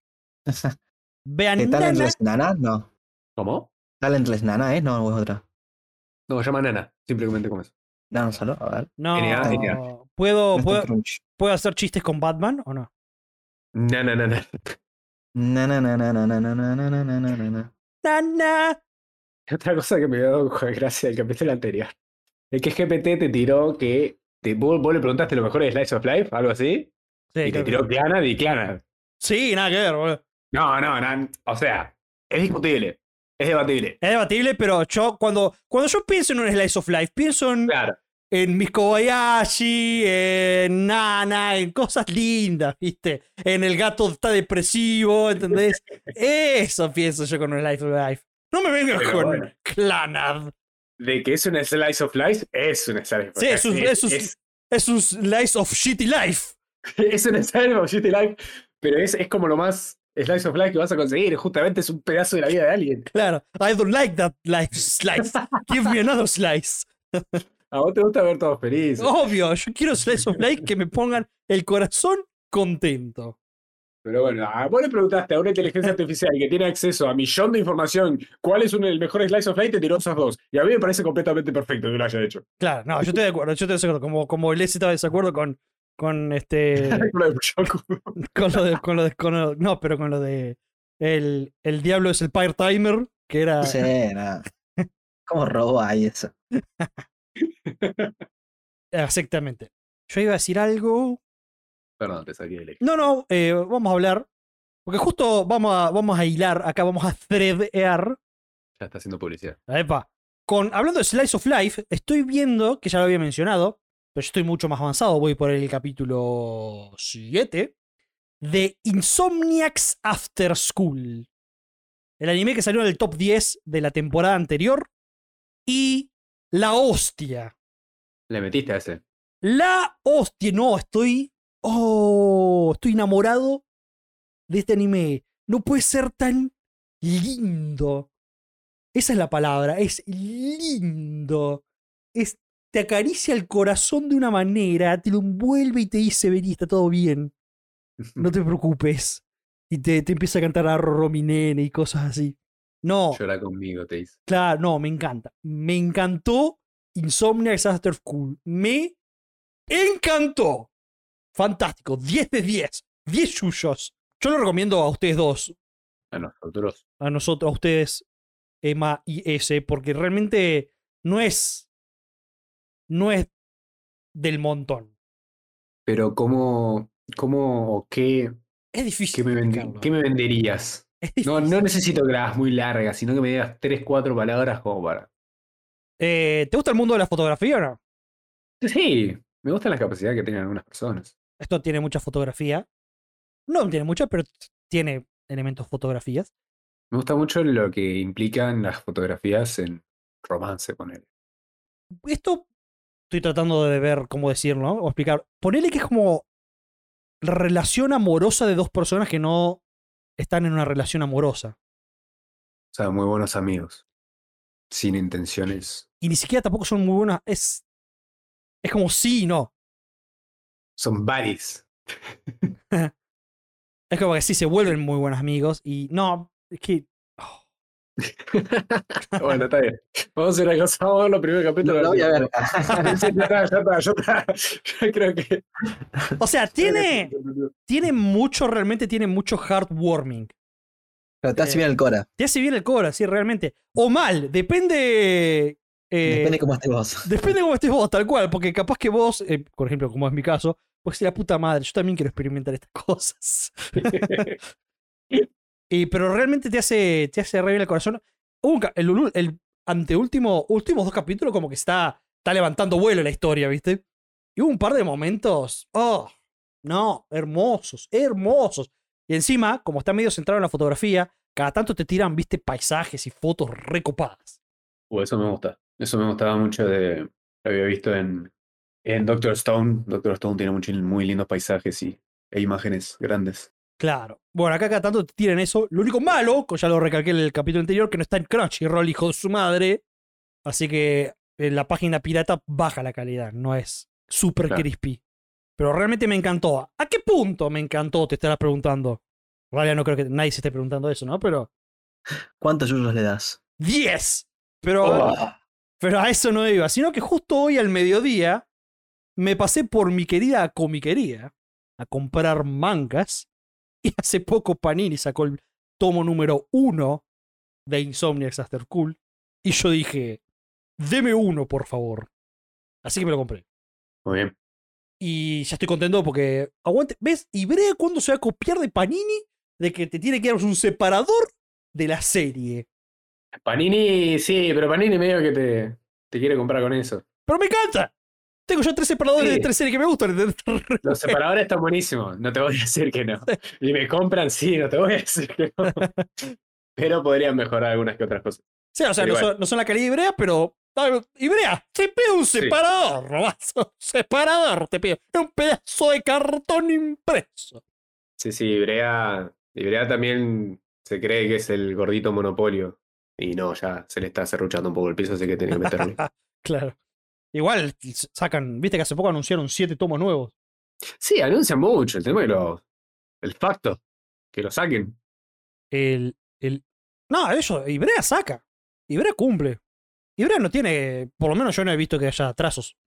A: Vean
B: ¿Qué
A: nana.
B: Talentless Nana? No.
C: ¿Cómo?
B: Talentless Nana, ¿eh? No, es otra.
C: No, llama Nana, simplemente como eso.
B: No, solo. A ver.
C: Genial, genial.
A: No. ¿Puedo,
B: No está
A: Oh, puedo,
B: crunch.
A: ¿Puedo hacer chistes con Batman o no?
C: Nana, nana.
B: Na, na, na, na, na, na, na, na, na, na, na, na, na, na.
A: Nana.
C: Otra cosa que me dio gracia del capítulo anterior. Es que GPT te tiró que. Te, vos, vos le preguntaste lo mejor de Slice of Life, algo así.
A: Sí,
C: y te
A: creo que-
C: tiró Clana y Clana.
A: sí, nada que ver, boludo.
C: No, no, no. O sea, es discutible. Es debatible.
A: Es debatible, pero yo cuando, cuando yo pienso en un Slice of Life, pienso en,
C: Claro.
A: en Miss Kobayashi, en Nana, en cosas lindas, ¿viste? En el gato está depresivo, ¿entendés? Eso pienso yo con un Slice of Life. No me vengas
C: Pero
A: con
C: bueno.
A: Clanad.
C: De que es un Slice of Life, es un Slice of
A: Sí,
C: Life.
A: es un- es un-
C: es,
A: Es un Slice of Shitty Life.
C: es un Slice of Shitty Life, pero es, es como lo más Slice of Life que vas a conseguir. Justamente es un pedazo de la vida de alguien.
A: Claro. I don't like that life slice. Give me another slice.
C: A vos te gusta ver todos felices.
A: Obvio, yo quiero slice of life que me pongan el corazón contento.
C: Pero bueno, a vos le preguntaste a una inteligencia artificial que tiene acceso a millón de información cuál es un- el mejor slice of life, te tiró esas dos. Y a mí me parece completamente perfecto que lo haya hecho.
A: Claro, no, yo estoy de acuerdo, yo estoy de acuerdo. Como, como Leslie estaba de desacuerdo con, con este.
C: Lo de Mushoku.
A: con lo de, con lo de- con lo- no, pero con lo de el, el diablo es el part timer, que era
B: Sí, nada. ¿Cómo robo ahí eso?
A: exactamente. Yo iba a decir algo.
C: Perdón, te saqué del eje.
A: No, no, eh, vamos a hablar. Porque justo vamos a, vamos a hilar, acá vamos a threadear.
C: Ya está haciendo publicidad.
A: Epa. Con, hablando de Slice of Life, estoy viendo, que ya lo había mencionado, pero yo estoy mucho más avanzado, voy por el capítulo 7, de Insomniacs After School. El anime que salió en el top 10 de la temporada anterior. Y la hostia.
C: Le metiste a ese.
A: La hostia. No, estoy... Oh, estoy enamorado de este anime. No puede ser tan lindo. Esa es la palabra, es lindo. Es, te acaricia el corazón de una manera, te lo envuelve y te dice, vení, está todo bien. No te preocupes. Y te, te empieza a cantar a Rominene y cosas así. No,
C: Llora conmigo, te dice.
A: claro, no, me encanta. Me encantó Insomnia After School. Me encantó. Fantástico, 10 de 10. 10 suyos. Yo lo recomiendo a ustedes dos
C: A nosotros.
A: a nosotros, a ustedes, Emma y S, porque realmente no es. No es del montón.
C: Pero ¿cómo, cómo o qué,
A: Es
C: qué
A: difícil.
C: me vendi-
A: explicarlo. ¿eh?
C: qué me venderías?
A: Es
C: No,
A: difícil.
C: no necesito que la hagas muy larga, sino que me digas tres, cuatro palabras como para.
A: Eh, ¿Te gusta el mundo de la fotografía o no?
C: Sí, Me gustan las capacidades que tienen algunas personas.
A: Esto tiene mucha fotografía. No tiene mucha, pero tiene elementos fotografías.
C: Me gusta mucho lo que implican las fotografías en romance, ponele.
A: Esto estoy tratando de ver cómo decirlo o explicar. Ponele que es como la relación amorosa de dos personas que no están en una relación amorosa.
C: O sea, muy buenos amigos. Sin intenciones.
A: Y ni siquiera tampoco son muy buenas. Es, es como sí y no.
C: Son buddies.
A: Es como que sí se vuelven muy buenos amigos y no, es que
C: bueno, está bien. Vamos a ir a casa, vamos a ver los primeros
B: Lo,
C: capítulos.
B: lo voy a ver.
C: Sí, ya está, ya está, ya está. Yo creo que.
A: o sea, tiene tiene mucho realmente tiene mucho heartwarming.
B: Pero te hace bien el Cora.
A: Te hace bien el cora, sí, realmente. O mal, depende eh,
B: Depende cómo estés vos.
A: Depende cómo estés vos, tal cual, porque capaz que vos, eh, por ejemplo, como es mi caso, pues la puta madre, yo también quiero experimentar estas cosas. y, pero realmente te hace, te hace re bien el corazón. Hubo un ca- el, ulu- el anteúltimo, últimos dos capítulos como que está, está levantando vuelo la historia, ¿viste? Y hubo un par de momentos, oh, no, hermosos, hermosos. Y encima, como está medio centrado en la fotografía, cada tanto te tiran, viste, paisajes y fotos recopadas.
C: Uh, eso me gusta. Eso me gustaba mucho de. Lo había visto en, en Doctor Stone. Doctor Stone tiene mucho- muy lindos paisajes y, e imágenes grandes.
A: Claro. Bueno, acá cada tanto te tiran eso. Lo único malo, que ya lo recalqué en el capítulo anterior, que no está en Crunchyroll, hijo de su madre. Así que en la página pirata baja la calidad, no es super
C: Claro.
A: crispy. Pero realmente me encantó. ¿A qué punto me encantó? Te estarás preguntando. En realidad no creo que nadie se esté preguntando eso, ¿no? Pero
B: ¿Cuántos yuyos le das?
A: 10. Pero,
B: Oh,
A: pero a eso no iba, sino que justo hoy al mediodía me pasé por mi querida comiquería a comprar mangas y hace poco Panini sacó el tomo número uno de Insomniacs After Cool y yo dije, deme uno por favor. Así que me lo compré.
C: Muy bien.
A: Y ya estoy contento porque aguante, ¿ves? Y veré cuándo se va a copiar de Panini de que te tiene que dar un separador de la serie.
C: Panini, sí, pero Panini medio que te, te quiere comprar con eso.
A: Pero me encanta. Tengo ya tres separadores
C: Sí.
A: de tres series que me gustan.
C: Los separadores están buenísimos, no te voy a decir que no. Y me compran, sí, no te voy a decir que no. Pero podrían mejorar algunas que otras cosas.
A: Sí, o sea,
C: Pero
A: no
C: igual.
A: son, no son la calidad de Ibrea, pero. ah, Ibrea, te pido un
C: Sí.
A: separador, Robazo. Un separador, te pido. Es un pedazo de cartón impreso.
C: Sí, sí, Ibrea, Ibrea también se cree que es el gordito monopolio. Y no, ya se le está cerruchando un poco el piso, así que tiene que meterle.
A: Claro. Igual s- sacan, viste que hace poco anunciaron siete tomos nuevos.
C: Sí, anuncian mucho el tema de los. El facto. Que lo saquen.
A: El. el... No, eso, Ibrea saca. Ibrea cumple. Ibrea no tiene. Por lo menos yo no he visto que haya atrasos.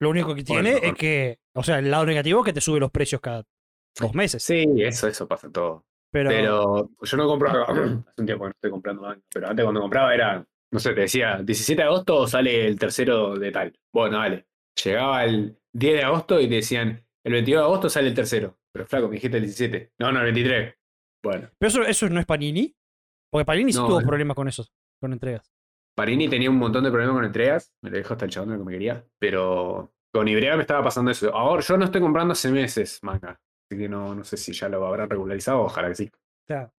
A: Lo único que tiene
C: Bueno.
A: es que. O sea, el lado negativo es que te sube los precios cada dos meses.
C: Sí, eso, eso pasa todo. Pero yo no compro. Hace un tiempo que no estoy comprando manga, pero antes cuando compraba era. No sé, te decía, 17 de agosto sale el tercero de tal. Bueno, dale. Llegaba el 10 de agosto y te decían, el 22 de agosto sale el tercero. Pero flaco, me dijiste el 17. No, no, el 23. Bueno.
A: Pero eso, eso no es Panini. Porque Panini sí
C: No,
A: tuvo
C: eh.
A: problemas con eso, con entregas.
C: Parini tenía un montón de problemas con entregas, me lo dijo hasta el chabón de la comiquería, pero con Ibrea me estaba pasando eso. Ahora yo no estoy comprando hace meses manga, así que no, no sé si ya lo habrán regularizado, ojalá que sí.
A: Claro.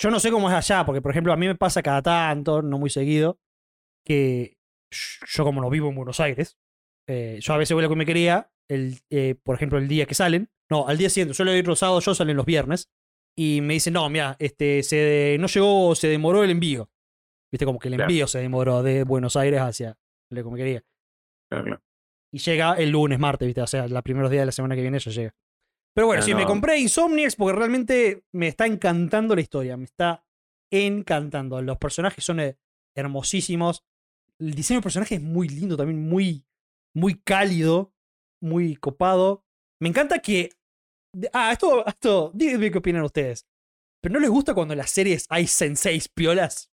A: Yo no sé cómo es allá, porque por ejemplo a mí me pasa cada tanto, no muy seguido, que yo- yo como no vivo en Buenos Aires, eh, yo a veces voy a la comiquería, el, eh, por ejemplo el día que salen, no, al día siguiente, suelo ir rosado, yo salen los viernes, y me dicen, no, mira, este, se, no llegó, se demoró el envío. Viste, como que el
C: Claro.
A: envío se demoró de Buenos Aires hacia la comiquería.
C: Claro, claro.
A: Y llega el lunes, martes, ¿viste? O sea, los primeros días de la semana que viene ya llega. Pero bueno,
C: Ah,
A: sí, me
C: no.
A: compré Insomniacs porque realmente me está encantando la historia. Me está encantando. Los personajes son eh, hermosísimos. El diseño del personaje es muy lindo también, muy, muy cálido, muy copado. Me encanta que. Ah, esto, esto, díganme qué opinan ustedes. ¿Pero no les gusta cuando en las series hay senseis piolas?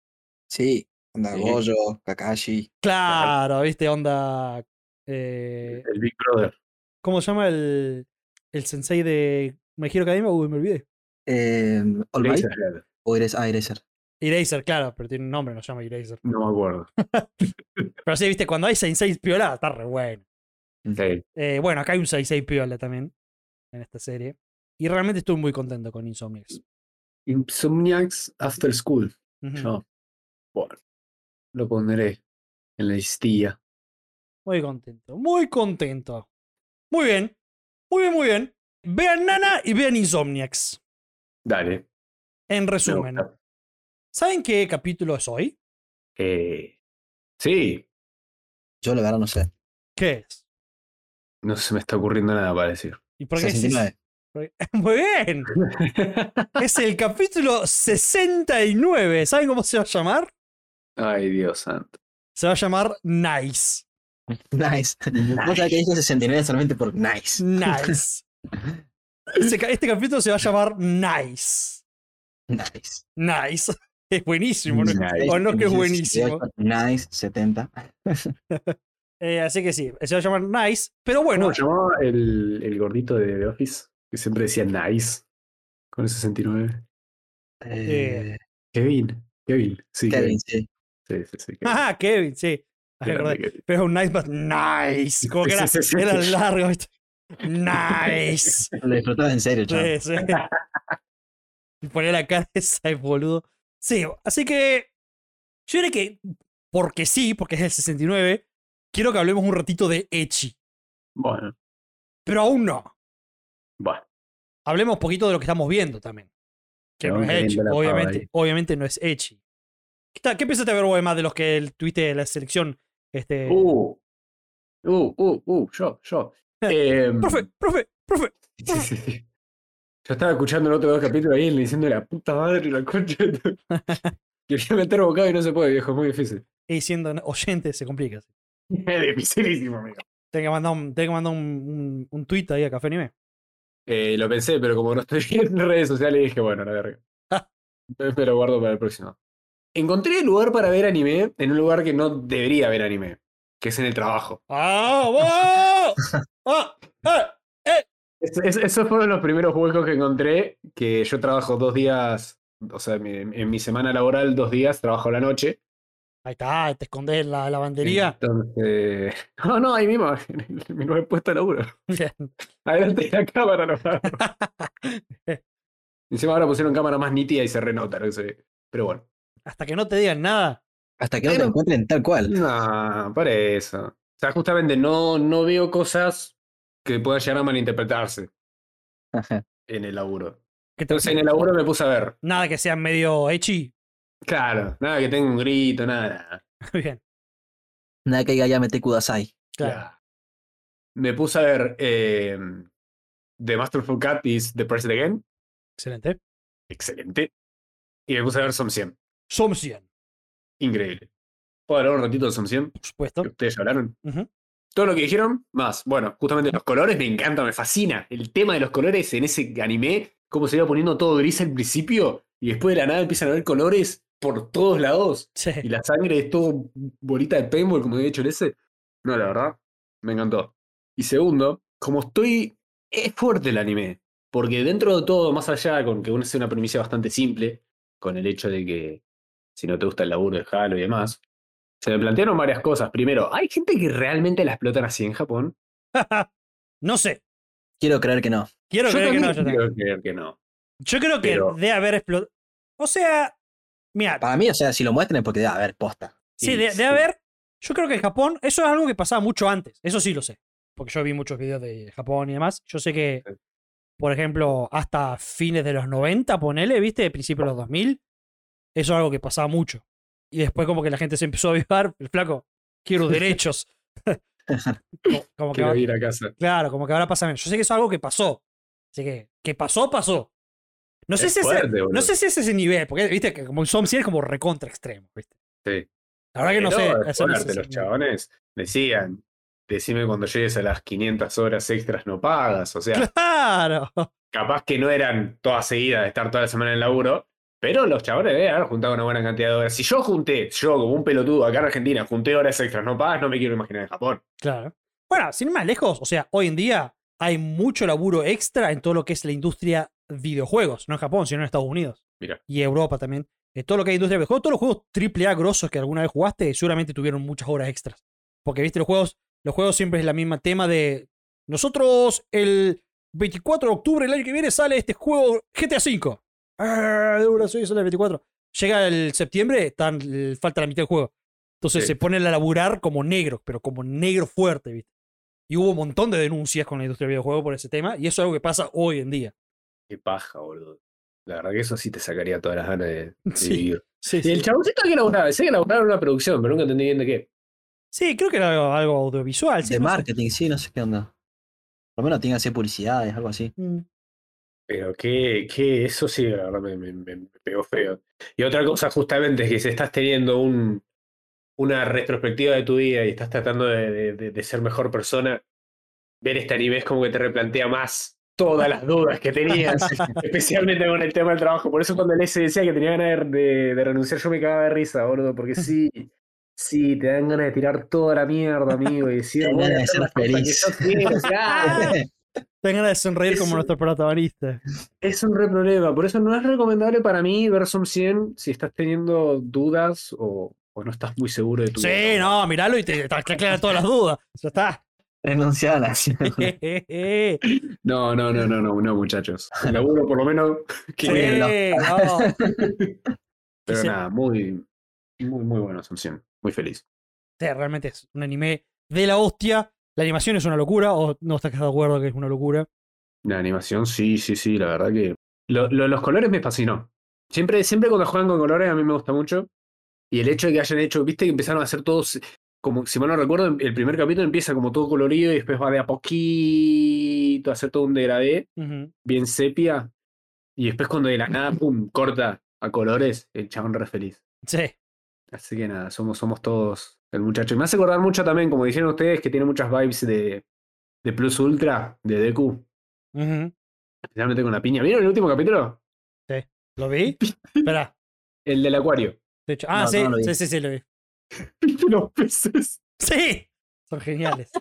B: Sí. Onda
C: Sí.
B: Goyo, Kakashi.
A: Claro, ¿viste? Onda. eh,
C: El Big Brother.
A: ¿Cómo se llama el, el sensei de My Hero Academia? Uy, me olvidé.
B: Eh, All Might,
C: Blazer.
B: o eres ah, Eraser.
A: Eraser, claro, pero tiene un nombre, no se llama Eraser.
C: No me acuerdo.
A: Pero sí, viste, cuando hay sensei piola, está re bueno.
C: Sí.
A: Eh, bueno, acá hay un 6-6 piola también en esta serie. Y realmente estoy muy contento con Insomniacs.
C: Insomniacs After School.
A: Ujú.
C: Yo, bueno, lo pondré en la listilla.
A: Muy contento, muy contento. Muy bien, muy bien, muy bien. Vean Nana y vean Insomniacs.
C: Dale.
A: En
C: me
A: resumen,
C: gusta.
A: ¿saben qué capítulo es hoy?
C: Eh, sí,
B: Yo la verdad no sé.
A: ¿Qué es?
C: no se me está ocurriendo nada para decir.
A: ¿Y por qué es
B: 69.
A: ese? Muy bien. Es el capítulo 69. ¿Saben cómo se va a llamar?
C: Ay, Dios santo.
A: Se va a llamar Nice.
B: Nice. No sabía que dije 69 solamente por nice.
A: Nice. Ese ca- este capítulo se va a llamar Nice.
B: Nice.
A: Nice. Es buenísimo, ¿no?
C: Nice.
A: O no que es
B: 16,
A: buenísimo.
B: 18, Nice, 70.
A: Eh, así que sí, se va a llamar Nice. Pero bueno,
C: ¿Cómo se llamaba el, el gordito de The Office? Que siempre decía nice. Con el 69.
B: Eh,
C: Kevin. Kevin. Sí,
B: Kevin,
C: Kevin.
B: sí.
C: Sí, sí, sí. Kevin.
A: ajá, Kevin, sí. Ah,
C: Grande
A: acordé.
C: Kevin.
A: Pero un nice más nice. Como que era,
C: Sí, sí, sí,
A: era
C: sí.
A: largo. ¿viste? Nice.
B: Lo disfrutaba en serio, chaval.
A: Sí, sí. Y poner la cara esa de boludo. Sí, así que yo diría que, porque sí, porque es el 69, quiero que hablemos un ratito de Echi.
C: Bueno,
A: Pero aún no.
C: bueno.
A: hablemos poquito de lo que estamos viendo también. Que no,
C: Estamos
A: es Echi,
C: viendo la pava
A: obviamente,
C: ahí.
A: obviamente no es Echi. ¿Qué, tal- qué pensaste ver, más de los que el tuviste de la selección? Este,
C: Uh, uh, uh, uh, yo, yo. Em,
A: profe, profe, profe.
C: Sí, sí, sí. Yo estaba escuchando el otro dos capítulos ahí y le diciendo la puta madre y la concha. de tu-". Quería meter bocado y no se puede, viejo, es muy difícil.
A: Y siendo oyente se complica.
C: Es dificilísimo, amigo.
A: Tengo que mandar un, tengo que mandar un, un, un tweet ahí a Café Anime.
C: Eh, lo pensé, pero como no estoy en redes sociales, dije, bueno, la verga. Entonces me lo guardo para el próximo. Encontré lugar para ver anime en un lugar que no debería ver anime, que es en el trabajo.
A: ¡Ah,
C: oh,
A: vos! ¡Ah!
C: eh.
A: ¡Ah!
C: Es- es- esos fueron los primeros huecos que encontré, que yo trabajo dos días, o sea, mi- en mi semana laboral dos días, trabajo a la noche.
A: Ahí está, te escondes en la lavandería.
C: Entonces, no, no, ahí mismo, en el- mi nuevo puesto de laburo.
A: Bien.
C: Adelante de la cámara, no Encima ahora pusieron cámara más nítida y se renota lo que se ve. Pero bueno.
A: Hasta que no te digan nada.
B: Hasta que no
C: Pero-
B: te encuentren tal cual.
C: No, para eso. O sea, justamente no, no veo cosas que puedan llegar a malinterpretarse
B: Ajá.
C: en el laburo.
A: Que te-
C: Entonces en el laburo me puse a ver.
A: nada que sea medio Echi.
C: Claro, nada que tenga un grito, nada, nada.
A: Bien,
B: Nada que diga ya mete Kudasai.
A: claro.
C: Ya. Me puse a ver eh, The Masterful Cut is The President Again.
A: Excelente.
C: Excelente. Y me puse a ver Som 100.
A: Som 100,
C: Increíble. ¿Puedo hablar un ratito de Som 100?
A: por supuesto.
C: que ustedes ya hablaron.
A: Ujú.
C: Todo lo que dijeron, más. Bueno, justamente los colores me encanta, me fascina. El tema de los colores en ese anime, cómo se iba poniendo todo gris al principio y después de la nada empiezan a ver colores por todos lados.
A: Sí.
C: Y la sangre es todo bolita de paintball, como había hecho el ese. No, la verdad, me encantó. Y segundo, como estoy. Es fuerte el anime. Porque dentro de todo, más allá, con que uno sea una premisa bastante simple, con el hecho de que si no te gusta el laburo, dejalo y demás, se me plantearon varias cosas. Primero, ¿hay gente que realmente la explotan así en Japón?
A: No sé.
B: Quiero creer que no.
A: Quiero creer que no. Yo, también.
C: también quiero creer que no.
A: Yo creo que
C: Pero-
A: de haber explotado. O sea, mira,
B: Para mí, o sea, si lo muestran es porque debe haber posta.
A: sí,
C: sí,
A: de, de
C: sí.
A: haber. Yo creo que en Japón, eso es algo que pasaba mucho antes. Eso sí lo sé. Porque yo vi muchos videos de Japón y demás. Yo sé que,
C: Sí.
A: por ejemplo, hasta fines de los 90, ponele, ¿viste? Principios de los 2000. Eso es algo que pasaba mucho. Y después, como que la gente se empezó a avivar. El flaco, quiero derechos. como, como que
C: Quiero ir a casa.
A: Claro, como que ahora pasa menos. Yo sé que eso es algo que pasó. Así que, que pasó, pasó. No sé,
C: Es
A: si es
C: fuerte,
A: no
C: boludo.
A: sé si es ese nivel, porque viste que como Som 100 es como recontra extremo, ¿viste?
C: Sí.
A: La verdad Ah, que no sé.
C: Pero,
A: eso no sé
C: acuérdate,
A: si-
C: los chabones decían, decime cuando llegues a las 500 horas extras no pagas. O sea,
A: Claro.
C: capaz que no eran todas seguidas de estar toda la semana en el laburo, pero los chabones deben haber juntado una buena cantidad de horas. Si yo junté, yo como un pelotudo acá en Argentina, junté horas extras no pagas, no me quiero imaginar en Japón.
A: Claro. Bueno, sin ir más lejos, o sea, hoy en día hay mucho laburo extra en todo lo que es la industria videojuegos, no en Japón, sino en Estados Unidos.
C: Mira.
A: Y Europa también. En todo lo que hay industria de videojuegos, todos los juegos AAA grosos que alguna vez jugaste, seguramente tuvieron muchas horas extras. Porque, viste, los juegos Los juegos siempre es la misma tema de nosotros el 24 de octubre del año que viene sale este juego GTA V. Ah, de una soy sale el 24. Llega el septiembre, están, falta la mitad del juego. Entonces
C: Sí.
A: se ponen a laburar como negros, pero como negro fuerte, ¿viste? Y hubo un montón de denuncias con la industria del videojuego por ese tema, y eso es algo que pasa hoy en día.
C: Qué paja, boludo. La verdad que eso sí te sacaría todas las ganas de, de
A: Sí.
C: vivir.
A: Sí,
C: Y
A: sí.
C: el chaboncito que laburaba, sé que laburaba en una producción, pero nunca entendí bien de qué.
A: Sí, creo que era algo, algo audiovisual. sí,
B: de
A: no sé.
B: marketing, sí, no sé qué onda. Por lo menos tienen que hacer publicidades, algo así.
A: Mm.
C: Pero que, que eso sí, la verdad me, me- me- me pegó feo. Y otra cosa justamente es que si estás teniendo un, una retrospectiva de tu vida y estás tratando de, de- de- de ser mejor persona, ver este anime es como que te replantea más todas las dudas que tenías, especialmente con el tema del trabajo. Por eso cuando el S decía que tenía ganas de, de- de renunciar, yo me cagaba de risa, gordo, porque sí, sí, te dan ganas de tirar toda la mierda, amigo, y decir,
B: Te dan
C: "Voy a
B: ganas de
C: hacer
B: ser
C: las cosas que
B: feliz".
C: yo quiero, claro.
A: Tengan ganas de sonreír como
C: Eso.
A: nuestro protagonista.
C: Es un re problema, por eso no es recomendable para mí ver Som 100 si estás teniendo dudas o, o no estás muy seguro de tu
A: Sí, no, miralo y te, te aclara todas las dudas. Ya está.
B: Renunciar a la
A: Sí,
C: No, no, no, no, no, no, muchachos. El laburo por lo menos que
B: Sí.
A: no.
C: Pero
A: Sí.
C: nada, muy, muy, muy bueno Som 100. Muy feliz.
A: Sí, realmente es un anime de la hostia. La animación es una locura, o no estás de acuerdo que es una locura.
C: La animación, sí, sí, sí, la verdad que. lo- lo- los colores me fascinó. Siempre, siempre cuando juegan con colores a mí me gusta mucho. Y el hecho de que hayan hecho, viste que empezaron a hacer todos. Como, si mal no recuerdo, el primer capítulo empieza como todo colorido y después va de a poquito a hacer todo un degradé.
A: Ujú.
C: bien sepia. Y después cuando de la nada, pum, corta a colores, el chabón re feliz.
A: Sí,
C: Así que nada, somos, somos todos el muchacho. Y me hace acordar mucho también, como dijeron ustedes, que tiene muchas vibes de, de Plus Ultra, de Deku.
A: Ujú.
C: Especialmente con la piña. ¿Vieron el último capítulo?
A: ¿lo vi? Espera.
C: El del acuario.
A: De hecho, ah,
B: No,
A: sí,
B: no lo vi.
A: sí, sí, sí, lo vi.
C: ¿Viste los peces?
A: Sí, son geniales.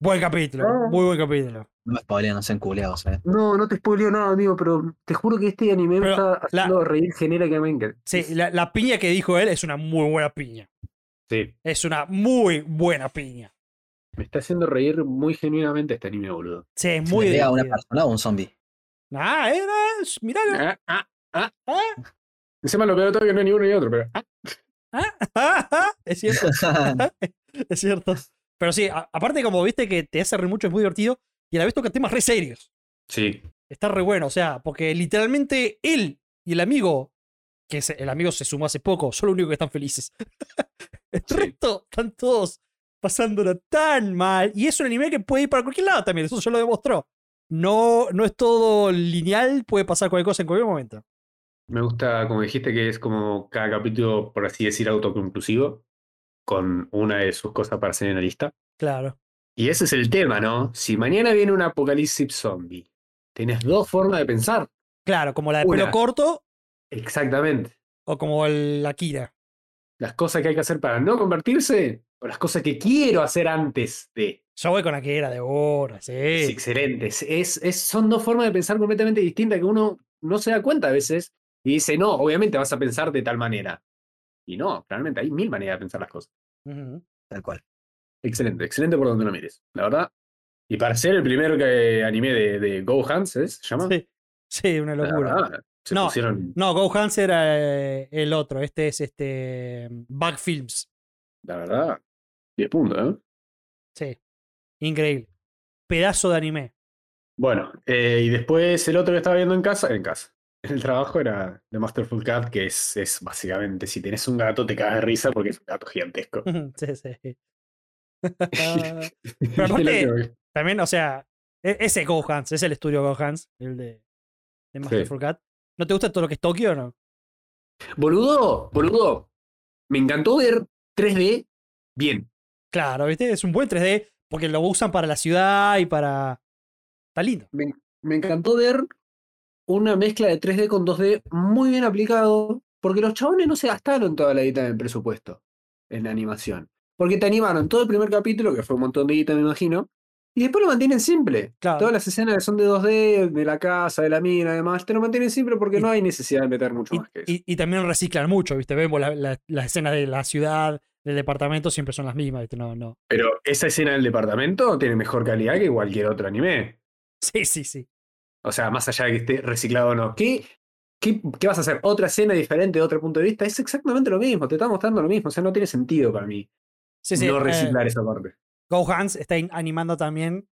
A: Buen capítulo,
C: Ah.
A: muy buen capítulo.
B: No me spoilean, no sean culeados, ¿eh?
C: No, no te spoileo nada, amigo, pero te juro que este anime me
A: Pero
C: está
A: la-
C: haciendo reír genéricamente.
A: Sí, la, la piña que dijo él es una muy buena piña.
C: sí.
A: Es una muy buena piña.
C: Me está haciendo reír muy genuinamente este anime, boludo.
A: Sí, es
B: ¿Se
A: muy
B: le pega a una
A: divertido.
B: persona o un zombie?
A: Ah, era, es- miralo.
C: Ah, ah, ah,
A: Ah.
C: Encima lo peor de todo es que no es ni uno ni otro, pero. ah.
A: Ah, es cierto, ah, es cierto. Pero sí, a- aparte como viste que te hace reír mucho, es muy divertido. Y a la vez toca temas re serios.
C: Sí,
A: Está re bueno, o sea, porque literalmente él y el amigo, que se- el amigo se sumó hace poco, son los únicos que están felices. el
C: Sí.
A: resto están todos pasándola tan mal. Y es un anime que puede ir para cualquier lado también, eso ya lo demostró. No, no es todo lineal, puede pasar cualquier cosa en cualquier momento.
C: Me gusta, como dijiste, que es como cada capítulo, por así decir, autoconclusivo, con una de sus cosas para hacer en la lista.
A: Claro.
C: Y ese es el tema, ¿no? Si mañana viene un apocalipsis zombie, tenés dos formas de pensar.
A: Claro, como la de pelo
C: Una.
A: corto
C: Exactamente.
A: o como el Akira.
C: Las cosas que hay que hacer para no convertirse o las cosas que quiero hacer antes de.
A: Yo voy con la que era de eh. ahora, sí.
C: Es excelente. Es, es- es- son dos formas de pensar completamente distintas que uno no se da cuenta a veces y dice, no, obviamente vas a pensar de tal manera. Y no, realmente hay mil maneras de pensar las cosas.
A: Ujú.
B: Tal cual.
C: Excelente, excelente por donde lo mires, la verdad. Y para ser el primer que anime de, de Go Hans, ¿es? ¿Se llama?
A: Sí, sí, una
C: La
A: locura.
C: verdad, se
A: No. eh,
C: pusieron,
A: No, Go Hans era eh, el otro. Este es este. Bug Films.
C: la verdad, 10 puntos, ¿eh?
A: Sí. Increíble. Pedazo de anime.
C: Bueno, eh, y después el otro que estaba viendo en casa, en casa, en el trabajo era The Masterful Cat, que es, es básicamente, si tenés un gato te cagas de risa porque es un gato gigantesco.
A: sí, sí.
C: ¿Viste lo
A: aparte-
C: que-
A: También, o sea, e- ese Go Hans, es el estudio Go Hans, el de, de Masterful Cat. ¿No te gusta todo lo que es Tokio o no?
C: Boludo, boludo, me encantó ver 3D bien.
A: Claro, ¿viste? Es un buen 3D porque lo usan para la ciudad y para. Está lindo.
C: me, me encantó ver una mezcla de 3D con 2D muy bien aplicado, porque los chabones no se gastaron toda la guita del presupuesto en la animación. Porque te animaron todo el primer capítulo, que fue un montón de guita, me imagino, y después lo mantienen simple.
A: Claro.
C: Todas las escenas que son de 2D, de la casa, de la mina, además, te lo mantienen simple porque
A: Y-
C: no hay necesidad de meter mucho
A: Y,
C: más que eso.
A: y- y también reciclan mucho, ¿viste? Vemos la, la- la escena de la ciudad, del departamento siempre son las mismas, ¿viste? No, no.
C: Pero esa escena del departamento tiene mejor calidad que cualquier otro anime.
A: Sí, sí, sí.
C: O sea, más allá de que esté reciclado o no. ¿Qué, qué, qué vas a hacer? ¿Otra escena diferente de otro punto de vista? Es exactamente lo mismo, te está mostrando lo mismo. O sea, no tiene sentido para mí
A: Sí, sí.
C: no
A: eh,
C: reciclar esa parte.
A: Gohans está in- animando también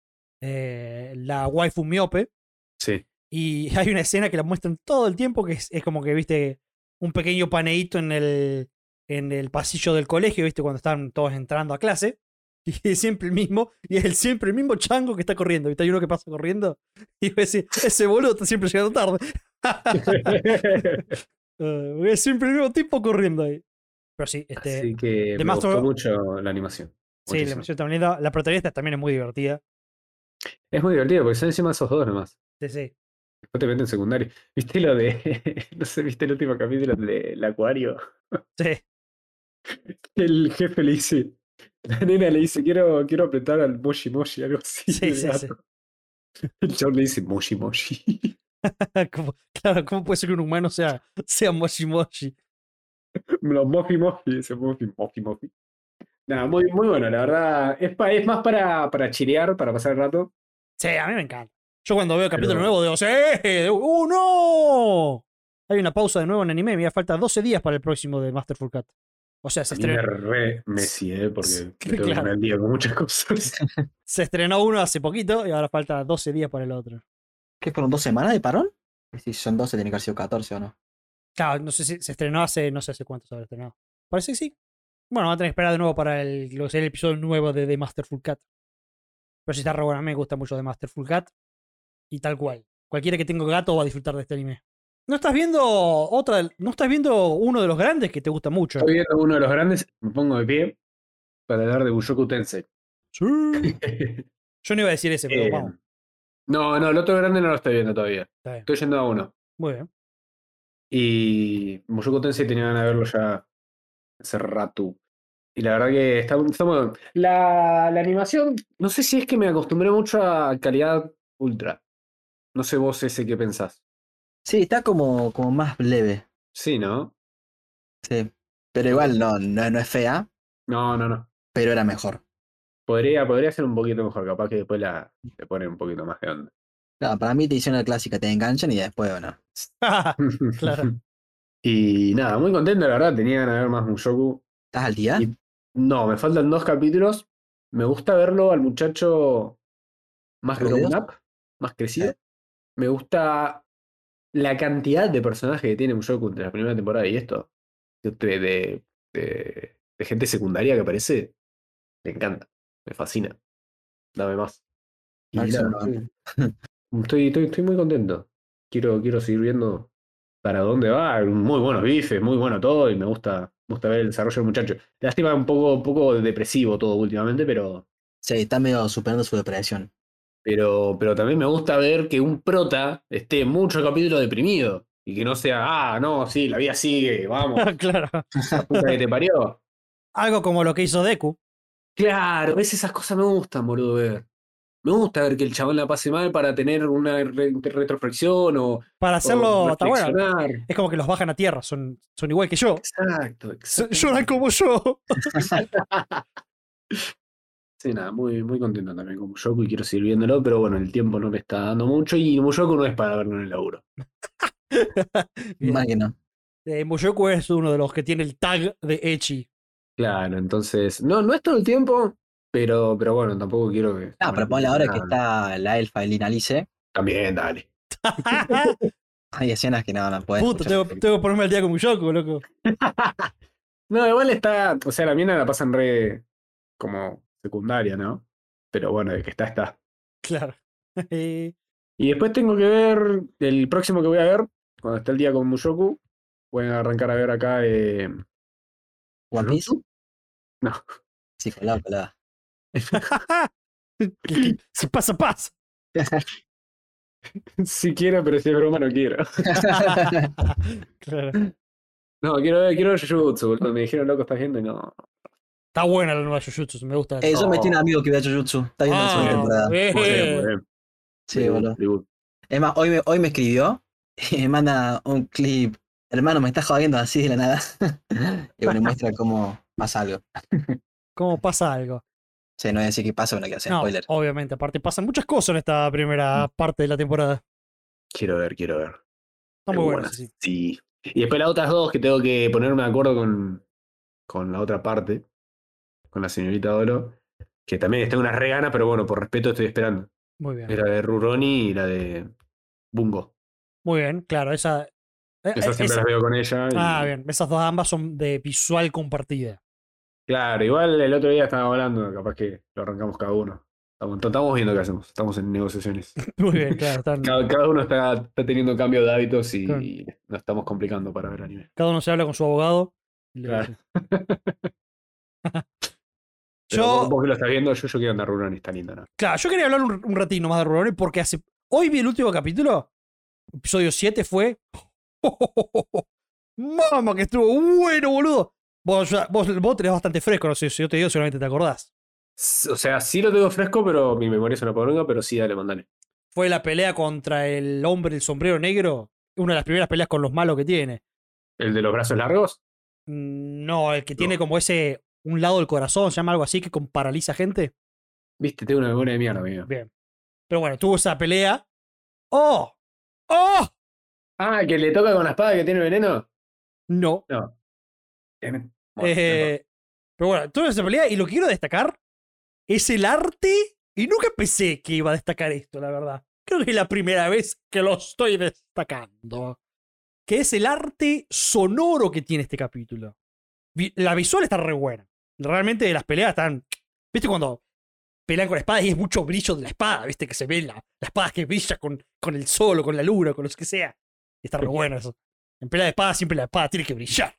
A: eh, la waifu miope.
C: Sí.
A: Y hay una escena que la muestran todo el tiempo que es, es como que, viste, un pequeño paneíto en el, en el pasillo del colegio, viste, cuando están todos entrando a clase. Y es siempre el mismo, y es el- siempre el mismo chango que está corriendo. ¿Viste? Hay uno que pasa corriendo y vos decís, ese boludo está siempre llegando tarde. Este, Eh, es siempre el mismo tipo corriendo ahí. Pero sí, este,
C: Así que
A: de
C: me
A: Master-
C: gustó mucho la animación.
A: sí, la
C: Muchísimo.
A: emoción también linda. La protagonista también es muy divertida.
C: Es muy divertido porque son encima esos dos nomás.
A: Sí, sí.
C: Después te meten secundario. ¿Viste lo de. No sé, ¿viste el último capítulo del acuario?
A: sí.
C: El jefe le dice. La nena le dice, quiero, quiero apretar al moshi moshi, algo así.
A: Sí,
C: del
A: sí, sí.
C: gato. El chabón le dice moshi moshi.
A: Como- claro, ¿cómo puede ser que un humano sea, sea moshi moshi?
C: Los mofi mofi, ese mofi mofi mofi. Nada, muy, muy bueno, la verdad. Es, pa- es más para, para chilear, para pasar el rato.
A: Sí, a mí me encanta. Yo cuando veo capítulo
C: Pero-
A: nuevo digo, ¡sí! De- ¡Uh, no! Hay una pausa de nuevo en anime, mira, falta 12 días para el próximo de Masterful Cat. O sea, se
C: A mí me
A: estrenó,
C: re me sigue porque me tengo que
A: Claro.
C: poner al día con muchas cosas.
A: se estrenó uno hace poquito y ahora falta 12 días para el otro.
B: ¿Qué fueron dos semanas de parón? Si son 12, tiene que haber sido 14 o no.
A: Claro, no sé si se estrenó hace, no sé hace cuánto se habrá estrenado. Parece que sí. Bueno, va a tener que esperar de nuevo para el, lo que sería el episodio nuevo de The Masterful Cat. Pero si está re bueno, a mí me gusta mucho The Masterful Cat. Y tal cual. Cualquiera que tenga gato va a disfrutar de este anime. No estás viendo otra, del- no estás viendo uno de los grandes que te gusta mucho.
C: Estoy viendo uno de los grandes, me pongo de pie para hablar de Bushoku Tensei.
A: Sí. Yo no iba a decir ese, pero
C: Eh,
A: vamos.
C: no, no, el otro grande no lo estoy viendo todavía.
A: Está bien.
C: Estoy yendo a uno.
A: Muy bien.
C: Y Mushoku Tensei tenía ganas de verlo ya hace rato. Y la verdad que está, está muy bueno. La, la animación, no sé si es que me acostumbré mucho a calidad ultra. No sé vos ese qué pensás.
B: Sí, está como, como más leve.
C: Sí, ¿no?
B: Sí. Pero igual no, no, no es fea,
C: No, no, no.
B: pero era mejor.
C: Podría, podría ser un poquito mejor, capaz que después la, le ponen un poquito más de onda.
B: Claro, para mí te hicieron la clásica, te enganchan y después, bueno.
A: Estás Claro.
C: Y nada, muy contento, la verdad, tenía ganas de ver más Mushoku.
B: ¿Estás al día?
C: Y- No, me faltan dos capítulos. Me gusta verlo al muchacho más
B: ¿Crecido?
C: grown up, más crecido. Me gusta la cantidad de personajes que tiene Mushoku entre la primera temporada y esto. De, de- de- de gente secundaria que aparece. Me encanta, me fascina. Dame más. Y
B: Ah, que se
C: nada,
B: lo hagan.
C: estoy- estoy, estoy, estoy muy contento. Quiero, quiero seguir viendo para dónde va. Muy buenos bifes, muy bueno todo. Y me gusta, me gusta ver el desarrollo del muchacho. Lástima un poco, un poco depresivo todo últimamente, pero,
B: Sí, está medio superando su depresión.
C: pero, pero también me gusta ver que un prota esté mucho capítulo deprimido. Y que no sea, ah, no, sí, la vida sigue, vamos,
A: claro.
C: la puta que te parió.
A: Algo como lo que hizo Deku.
C: Claro, ves esas cosas me gustan, boludo, ver. Me gusta ver que el chabón la pase mal para tener una re- retroflexión o,
A: Para hacerlo,
C: o
A: está bueno.
C: reflexionar.
A: Es como que los bajan a tierra, son, son igual que yo.
C: Exacto,
A: So-
C: exacto.
A: Lloran como yo.
C: Sí, nada, muy, muy contento también con Mushoku y quiero seguir viéndolo, pero bueno, el tiempo no me está dando mucho y Mushoku no es para verlo en el laburo.
A: Bien.
B: Mal que no.
A: Eh, Mushoku es uno de los que tiene el tag de Echi.
C: Claro, entonces, no, no es todo el tiempo, pero, pero bueno, tampoco quiero que...
B: Ah, pero ponle ahora que está la elfa y Linalice.
C: También, dale.
B: Hay escenas que no, no pueden.
A: Puto, tengo, tengo que ponerme al día con Mushoku, loco.
C: No, igual está, o sea, la mina la pasan re como secundaria, ¿no? Pero bueno, de que está, está.
A: Claro. Eh,
C: Y después tengo que ver el próximo que voy a ver, cuando esté el día con Mushoku. Voy a arrancar a ver acá. Eh,
B: One Piece.
C: Jujutsu. No.
B: Sí, colado, colado.
A: si pasa, pasa.
C: Si quiero, pero si es broma, no quiero.
A: Claro.
C: No, quiero ver, quiero ver Jujutsu, boludo. Me dijeron, loco, estás viendo y no.
A: Está buena la nueva Jujutsu, me gusta.
B: Eh, yo
C: No.
B: metí un amigo que vio Jujutsu. Está viendo la segunda
A: Ah,
B: temporada.
A: eh.
C: Muy bien, muy bien.
B: Sí,
C: Tribut,
B: boludo.
C: tribut.
B: Es más, hoy me, hoy me escribió y me manda un clip. Hermano, me estás jodiendo así de la nada. y bueno, muestra cómo pasa algo.
A: ¿Cómo pasa algo?
B: Sí, no voy a decir qué pasa, pero no quiero hacer
A: No, oh.
B: spoiler.
A: obviamente, aparte pasan muchas cosas en esta primera parte de la temporada.
C: Quiero ver, quiero ver.
A: Está muy bueno, sí.
C: sí. Y después las otras dos que tengo que ponerme de acuerdo con, con la otra parte, con la señorita Dolo, que también tengo unas reganas, pero bueno, por respeto estoy esperando.
A: Muy bien.
C: Es la de Ruroni y la de Bungo.
A: Muy bien, claro, esa. eh,
C: Esas siempre
A: esa-
C: las veo con ella. y-
A: ah, bien, esas dos ambas son de visual compartida.
C: Claro, igual el otro día estaba hablando, capaz que lo arrancamos cada uno. Estamos, estamos viendo qué hacemos, estamos en negociaciones.
A: Muy bien, claro, están-
C: Cada, cada uno está, está teniendo cambio de hábitos y
A: Claro.
C: nos estamos complicando para ver anime.
A: cada uno se habla con su abogado. y le-
C: Claro. Pero vos,
A: Yo,
C: vos que lo estás viendo, yo, yo quiero andar Ruroni, está linda, ¿no?
A: claro, yo quería hablar un, un ratito más de Rurouni porque hace. Hoy vi el último capítulo, episodio 7 fue. ¡Mama, que estuvo bueno, boludo! Vos, ya- vos, vos tenés bastante fresco, no sé si yo te digo, seguramente te acordás.
C: S- O sea, sí lo tengo fresco, pero mi memoria es una poronga, pero sí, dale, mandale.
A: Fue la pelea contra el hombre del sombrero negro, una de las primeras peleas con los malos que tiene.
C: ¿El de los brazos largos?
A: Mm, No, el que tiene como ese. Un lado del corazón, se llama algo así, que con- paraliza gente.
C: Viste, tengo una memoria de mierda, amigo.
A: Bien. Pero bueno, tuvo esa pelea. ¡Oh! ¡Oh!
C: Ah, que le toca con la espada que tiene veneno.
A: No.
C: Bien. Bueno, no
A: Eh, pero bueno, tuvo esa pelea y lo que quiero destacar es el arte. Y nunca pensé que iba a destacar esto, la verdad. Creo que es la primera vez que lo estoy destacando. Que es el arte sonoro que tiene este capítulo. Vi- La visual está re buena. Realmente las peleas están. ¿Viste cuando pelean con espadas y es mucho brillo de la espada? ¿Viste que se ve la, la espada que brilla con, con el sol o con la luna, o con lo que sea? Está re bueno eso. En pelea de espada siempre la espada tiene que brillar.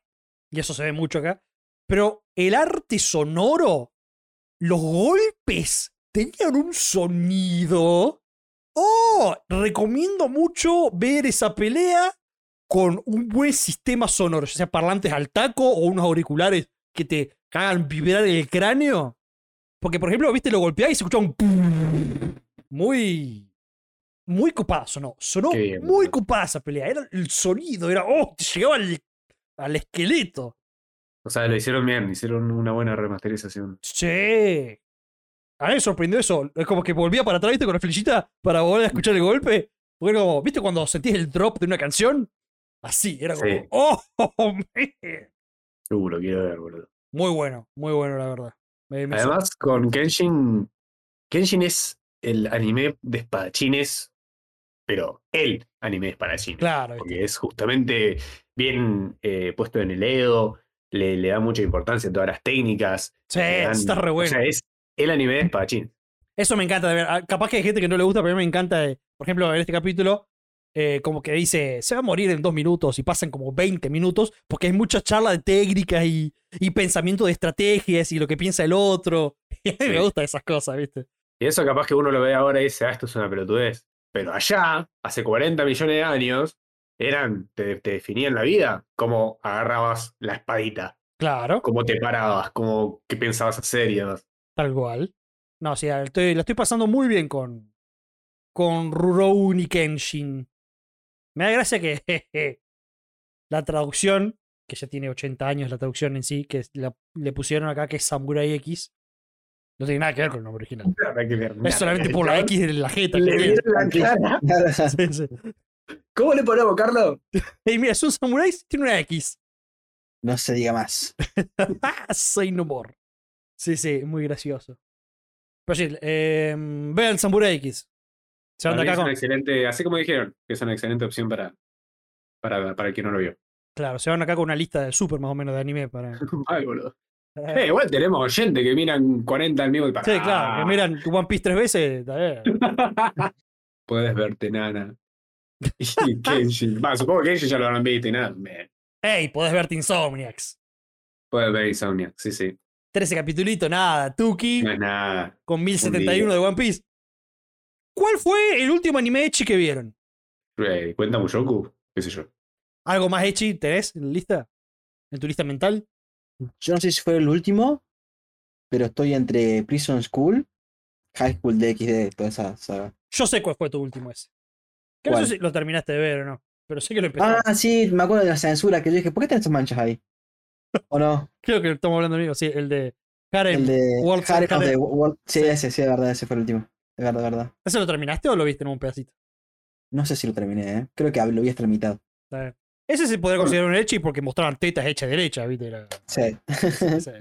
A: Y eso se ve mucho acá. Pero el arte sonoro, los golpes tenían un sonido. ¡Oh! Recomiendo mucho ver esa pelea con un buen sistema sonoro, ya sea parlantes al taco o unos auriculares que te hagan vibrar el cráneo. Porque, por ejemplo, viste, lo golpeás y se escuchaba un. pum. Muy. Muy copada sonó. Sonó
C: Qué bien,
A: muy
C: boludo.
A: copada esa pelea. Era el sonido, era. ¡Oh! Te llegaba al- al esqueleto.
C: O sea, lo hicieron bien, hicieron una buena remasterización.
A: Che. A mí me sorprendió eso. Es como que volvía para atrás, ¿viste? Con la flechita para volver a escuchar el golpe. Porque era como, ¿viste cuando sentís el drop de una canción? Así, era como,
C: Sí.
A: ¡oh! man!
C: Uh, lo quiero ver, boludo.
A: Muy bueno, muy bueno, la verdad. Me- me sor-
C: Además, con Kenshin. Kenshin es el anime de espadachines, pero el anime de espadachines.
A: claro, ¿viste?
C: Porque es justamente bien eh, puesto en el Edo, le, le da mucha importancia a todas las técnicas.
A: Sí,
C: le dan-
A: está re
C: O
A: bueno.
C: sea, es el anime de espadachines.
A: Eso me encanta de ver. Ah, Capaz que hay gente que no le gusta, pero a mí me encanta, eh, por ejemplo, en este capítulo, eh, como que dice, se va a morir en dos minutos y pasan como 20 minutos porque hay mucha charla de técnicas y, y pensamiento de estrategias y lo que piensa el otro. Y a mí me
C: Sí.
A: gustan esas cosas, ¿viste?
C: Y eso capaz que uno lo ve ahora y dice, ah, esto es una pelotudez. Pero allá, hace 40 millones de años, eran, te, te definían la vida, cómo agarrabas la espadita,
A: Claro,
C: cómo te parabas, cómo qué pensabas hacer y demás.
A: tal cual. No, o sea, estoy, la estoy pasando muy bien con, con Rurouni Kenshin. Me da gracia que jeje, la traducción, que ya tiene 80 años la traducción en sí, que es la- le pusieron acá que es Samurai X, no tiene nada que ver con el nombre original.
C: Nada que ver, nada
A: Es solamente
C: que
A: por la
C: ver.
A: X de la jeta. que
C: Le
A: tiene.
C: vieron la cara.
A: Sí, sí.
C: ¿Cómo le ponemos, Carlos?
A: Y mira, es un samurai, tiene una X.
B: No se diga más.
A: ¡Ah! Say no more. Sí, sí, muy gracioso. Pero sí, eh, vean Samurai X. Se van
C: Para
A: de acá
C: mí es una
A: con,
C: excelente, así como dijeron, que es una excelente opción para, para, para quien no lo vio.
A: claro, se van acá con una lista de super más o menos de anime para.
C: Mal, boludo.
A: para-
C: Eh, igual tenemos oyentes que miran 40 al mismo y para.
A: sí, claro, que miran One Piece tres veces. está bien.
C: Puedes verte, nana. Y Kenshin. Va, supongo que Kenshin ya lo habrán visto y nada. me-
A: ¡Ey! Podés verte Insomniacs.
C: Puedes ver Insomnia. Sí, sí.
A: 13 capitulito, nada. Tuki
C: No es nada.
A: con 1071 de One Piece. ¿Cuál fue el último anime echi que vieron?
C: Eh, ¿Cuenta Mushoku? ¿Qué sé yo?
A: ¿Algo más echi tenés en la lista? ¿En tu lista mental?
B: Yo no sé si fue el último, pero estoy entre Prison School, High School DxD, toda esa saga.
A: Yo sé cuál fue tu último ese. Que no sé
B: ¿Cuál?
A: si lo terminaste de ver o no. Pero sé que lo empezaste.
B: Ah, sí, me acuerdo de la censura que yo dije, ¿por qué tenés esas manchas ahí? ¿O no?
A: Creo que estamos hablando mío, sí, el de Harem.
B: El de
A: World
B: Harem of
A: Harem.
B: the World- Sí,
A: Em, Sí.
B: ese, sí, es verdad, ese fue el último. Es verdad, es verdad.
A: ¿Ese lo terminaste o lo viste en un pedacito?
B: No sé si lo terminé, ¿eh? Creo que lo vi hasta la mitad.
A: Está bien. Ese se podría considerar un echi porque mostraban tetas hechas y derechas, ¿viste? Era-
B: Sí.
A: sí.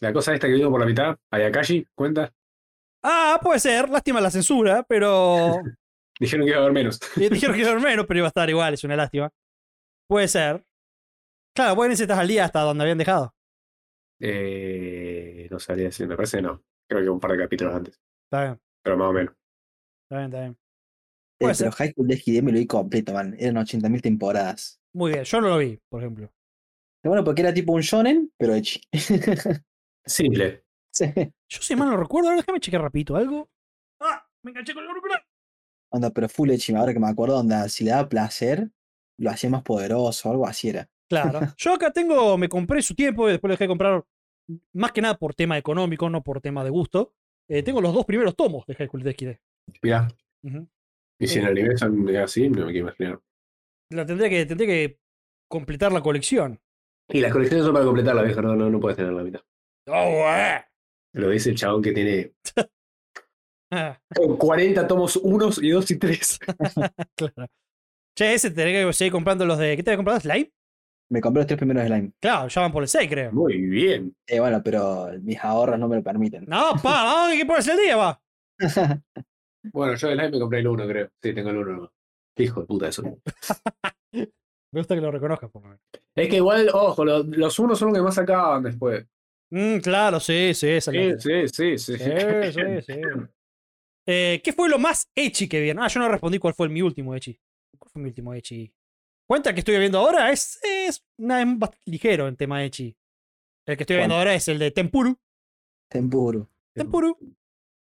C: La cosa esta que vimos por la mitad, Ayakashi, cuenta.
A: Ah, puede ser, lástima la censura, pero
C: Dijeron que iba a haber menos.
A: Y dijeron que iba a haber menos, pero iba a estar igual, es una lástima. Puede ser. Claro, vos necesitas al día hasta donde habían dejado.
C: Eh, no sabría decir, me parece que no. Creo que un par de capítulos antes,
A: Está bien,
C: pero más o menos.
A: está bien, está bien.
B: Eh,
A: Puede
B: pero High School Death High me lo vi completo, man. Eran 80.000 temporadas.
A: Muy bien, yo no lo vi, por ejemplo.
B: Pero bueno, porque era tipo un shonen, pero echi.
C: Simple.
B: sí.
A: Yo si mal no recuerdo, ahora déjame chequear rapidito algo. ¡Ah! Me enganché con el auricular.
B: Onda, pero full echi, ahora que me acuerdo, onda, si le daba placer, lo hacía más poderoso, algo así era.
A: Claro. Yo acá tengo, me compré su tiempo y después lo dejé de comprar, más que nada por tema económico, no por tema de gusto. Eh, tengo los dos primeros tomos de High School Death Kid.
C: Mirá,
A: Ujú.
C: y si en el anime son así, no me quiero imaginar.
A: La tendría que, tendría que completar la colección.
C: Y las colecciones son para completarla, viejo, no, no, no puedes tener la mitad.
A: ¡Oh, eh!
C: Lo dice el chabón que tiene
A: Ah,
C: con 40 tomos unos y dos y tres.
A: claro. Che, ese tendría que seguir comprando los de. ¿Qué te había comprado? ¿Slime?
B: Me compré los tres primeros slime.
A: Claro, ya van por el 6, creo.
C: Muy bien.
B: Eh, bueno, pero mis ahorros no me lo permiten.
A: No, pa, vamos, hay que ponerse el día, va.
C: Bueno, yo del live me compré el uno, creo. Sí, tengo el uno. nomás. Hijo de puta, eso.
A: Me gusta que lo reconozcas, por lo menos.
C: Es que igual, ojo, lo- los unos son los que más sacaban después.
A: Mm, claro, sí, sí, esa es
C: Sí,
A: la-
C: sí, sí, sí.
A: Sí, sí, sí. Eh, ¿Qué fue lo más echi que vieron? Ah, yo no respondí cuál fue mi último echi. ¿Cuál fue mi último echi? Cuenta el que estoy viendo ahora es, es, una- es bastante ligero en tema echi. El que estoy viendo ahora es el de Tempuru.
B: Tempuru.
A: Tempuru.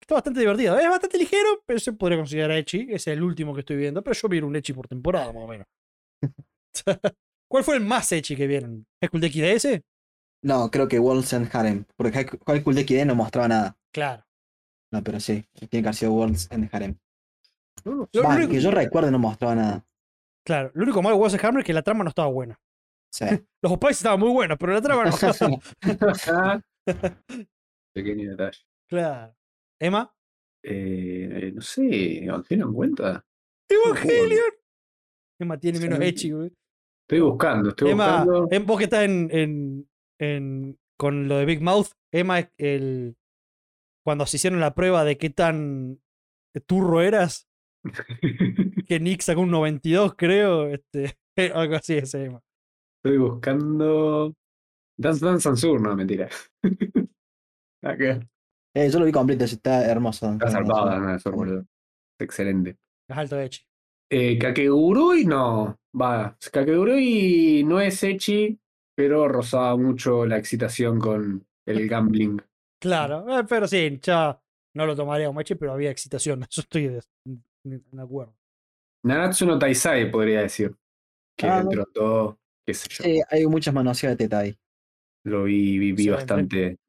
A: Está bastante divertido. Es bastante ligero, pero se podría considerar echi. Es el último que estoy viendo, pero yo vi un echi por temporada, más o menos. ¿Cuál fue el más echi que vieron? ¿Es de XDS?
B: No, creo que Worlds and Harem. Porque High High School Death High no mostraba nada.
A: Claro.
B: No, pero sí, tiene que haber sido Worlds and Harem.
A: Lo
B: Va,
A: único-
B: que yo recuerdo no mostraba nada.
A: Claro, lo único malo de Wallace Hammer es que la trama no estaba buena.
B: Sí.
A: Los Opites estaban muy buenos, pero la trama no estaba
C: Pequeño detalle.
A: Claro. Emma.
C: Eh, no sé, ¿Evangelion cuenta?
A: Evangelion. Emma tiene menos
C: Sí.
A: echi, güey.
C: Estoy buscando, estoy
A: Emma,
C: buscando.
A: em- vos que estás en, en- en- con lo de Big Mouth, Emma es el. Cuando se hicieron la prueba de qué tan turro eras,
B: eh.
A: que Nick sacó un 92, creo. Este, algo así es Emma.
C: Estoy buscando. Dance Dance Sansur, no, mentira. Acá.
B: Eh, yo lo vi completo, sí, está hermoso.
C: Está
B: Está hermoso.
C: zarpada, no, Sansur, boludo. Excelente.
A: Es alto echi.
C: Eh, Kakegurui no. Va, Kakegurui no es Echi, pero rozaba mucho la excitación con el gambling.
A: Claro, eh, pero sí, ya no lo tomaría como echi, pero había excitación. Eso estoy de, en acuerdo.
C: Nanatsu no Taisai podría decir. Que
B: Ah.
C: dentro de todo, qué sé yo.
B: Sí, hay muchas manoseos de teta ahí.
C: Lo vi, vi, vi
A: Excelente.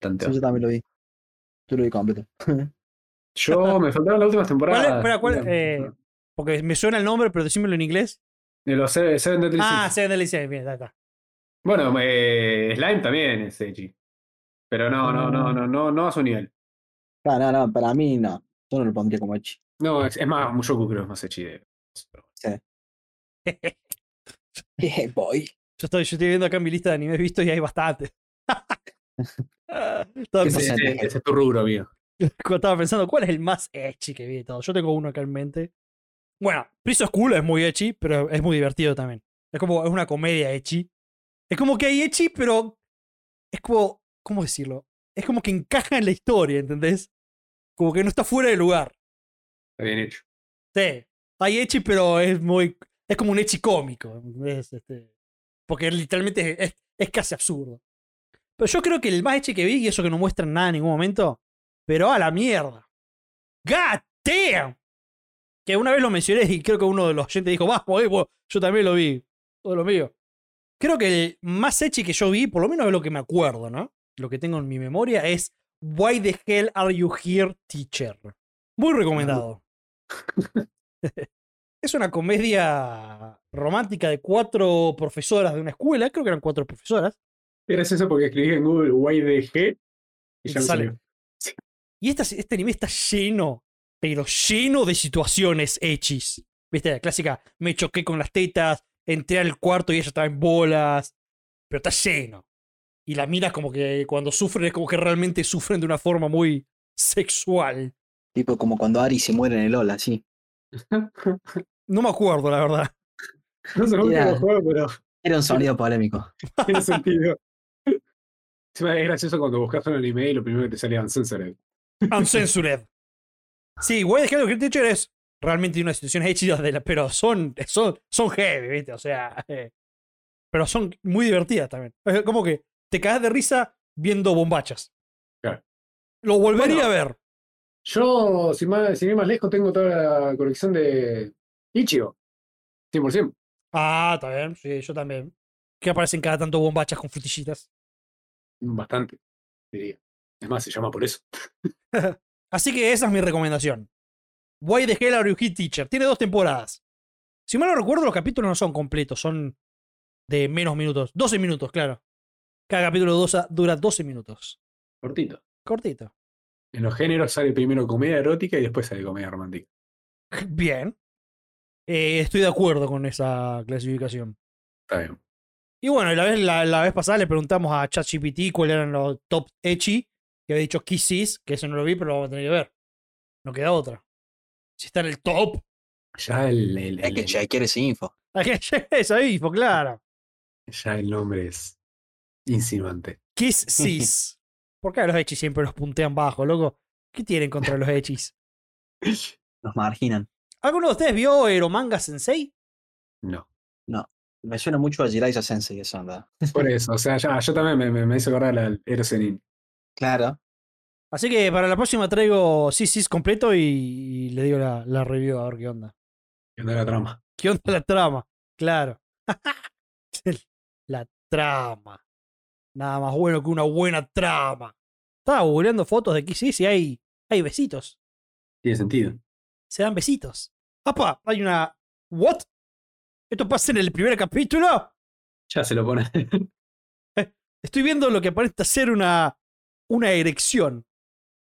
C: bastante. bastante,
B: Sí, yo también lo vi. Yo lo vi completo.
C: Yo me faltaron las últimas temporadas.
A: espera, cuál,
C: Mira,
A: eh,
C: no.
A: Porque me suena el nombre, pero decímelo en inglés.
C: De los Seven Seven Deadly
A: Ah,
C: Sins.
A: Seven Deadly Sins, bien, ahí está.
C: Bueno, eh, Slime también es Echi. Pero no, no,
A: Ah.
C: no, no, no, no a su nivel.
B: Ah, No, no, no, para mí no. Yo no lo pondría como echi.
C: No, es, es más, Mushoku creo que es más Echi de.
B: Jeje, Eh, Boy.
A: Yo estoy, yo estoy viendo acá mi lista de animes vistos y hay bastante. Ah, estaba,
B: ¿Qué
A: pensando,
B: se-
C: Ese, ese es tu rubro, amigo.
A: estaba pensando, ¿cuál es el más echi que vi de todo? Yo tengo uno acá en mente. Bueno, Priso School es muy echi, pero es muy divertido también. Es como, es una comedia echi. Es como que hay echi, pero es como, ¿cómo decirlo? Es como que encaja en la historia, ¿entendés? Como que no está fuera de lugar.
C: Está bien hecho.
A: Sí, hay echi, pero es muy. Es como un echi cómico. ¿entendés? Este, porque literalmente es, es- es casi absurdo. Pero yo creo que el más echi que vi, y eso que no muestran nada en ningún momento, pero a la mierda. ¡God damn! Que una vez lo mencioné y creo que uno de los oyentes dijo, vamos, eh, vos". yo también lo vi. Todo lo mío. Creo que el más echi que yo vi, por lo menos es lo que me acuerdo, ¿no? Lo que tengo en mi memoria es Why the hell are you here, teacher? Muy recomendado. Es una comedia romántica de cuatro profesoras de una escuela, creo que eran cuatro profesoras.
C: Eres eso porque escribí en Google YDG
A: Y
C: y ya
A: te
C: me
A: sale.
C: salió.
A: Y esta- este anime está lleno, pero lleno de situaciones hechis. ¿Viste? La clásica, me choqué con las tetas, entré al cuarto y ella estaba en bolas. Pero está lleno. Y la miras como que cuando sufren es como que realmente sufren de una forma muy sexual.
B: Tipo como cuando Ari se muere en el Ola, sí.
A: No me acuerdo, la verdad.
C: No sé cómo
B: Mira.
C: lo juego, pero
B: Era un sonido polémico.
C: tiene sentido. Encima Es gracioso cuando buscas un anime y lo primero que te sale es Uncensored.
A: Uncensored. Sí, voy dejando que te es realmente unas situaciones hechas de la, pero son, son, son heavy, ¿viste? O sea, eh, pero son muy divertidas también. Es como que te cagas de risa viendo bombachas.
C: Claro.
A: Lo volvería a ver.
C: Yo, sin, más, sin ir más lejos, tengo toda la colección de Ichigo. 100%.
A: Ah, está bien, sí, yo también. Que aparecen cada tanto bombachas con frutillitas.
C: Bastante, diría. Es más, se llama por eso.
A: Así que esa es mi recomendación. Why the Hell Are You Hit Teacher? Tiene dos temporadas. Si mal no recuerdo, los capítulos no son completos, son de menos minutos. 12 minutos, claro. Cada capítulo de dosa- dura 12 minutos.
C: Cortito.
A: Cortito.
C: En los géneros sale primero comedia erótica y después sale comedia romántica.
A: Bien. Eh, estoy de acuerdo con esa clasificación.
C: Está bien.
A: Y bueno, y la vez, la, la vez pasada le preguntamos a ChatGPT cuáles eran los top echi. Que había dicho Kisses, que eso no lo vi, pero lo vamos a tener que ver. No queda otra. Si está en el top,
C: Ya el, el-
B: Hay
C: el-
B: que chequear esa info.
A: es ahí, fue claro.
C: ya el nombre es insinuante.
A: Kiss Sis. ¿Por qué a los hechis siempre los puntean bajo, loco? ¿Qué tienen contra los hechis?
B: Nos marginan.
A: ¿Alguno de ustedes vio Eromanga Sensei?
C: No.
B: Me suena mucho a Jiraiya Sensei esa onda.
C: Por eso, o sea, ya, yo también me, me, me hizo acordar al Eros en In.
B: Claro.
A: Así que para la próxima traigo Sis Sis completo y, y le digo la, la review a ver qué onda.
C: ¿Qué onda la trama?
A: ¿Qué onda la trama? Claro. la trama. Nada más bueno que una buena trama. Estaba googleando fotos de Kiss Sis y hay, hay besitos.
C: Tiene sentido.
A: Se dan besitos. ¡Apa! Hay una. ¿What? ¿Esto pasa en el primer capítulo?
C: Ya se lo pone.
A: Estoy viendo lo que aparenta ser una, una erección.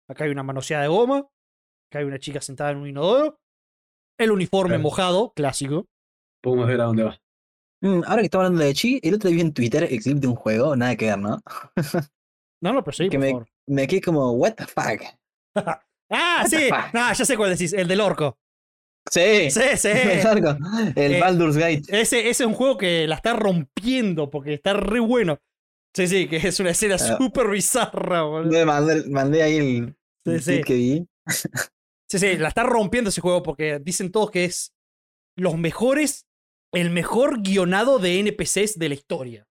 A: Acá hay una manoseada de goma. Acá hay una chica sentada en un inodoro. El uniforme
C: Claro.
A: mojado, clásico.
C: Podemos ver a dónde va.
B: Mm, ahora que estamos hablando de Chi, el otro día vi en Twitter el clip de un juego, nada que ver, ¿no?
A: No, no, pero sí,
B: Que
A: por
B: me-
A: favor.
B: Me quedé como, what the fuck.
A: Ah,
B: What the
A: sí.
B: fuck?
A: No, ya sé cuál decís. El del orco.
B: Sí.
A: Sí, sí.
B: me largo. El
A: Eh,
B: Baldur's Gate.
A: Ese, ese es un juego que la está rompiendo porque está re bueno. Sí, sí, que es una escena
B: Claro.
A: súper bizarra, boludo.
B: Le Mandé, mandé ahí el,
A: Sí,
B: el
A: sí.
B: tweet que vi.
A: Sí, sí, la está rompiendo ese juego porque dicen todos que es los mejores, el mejor guionado de NPCs de la historia.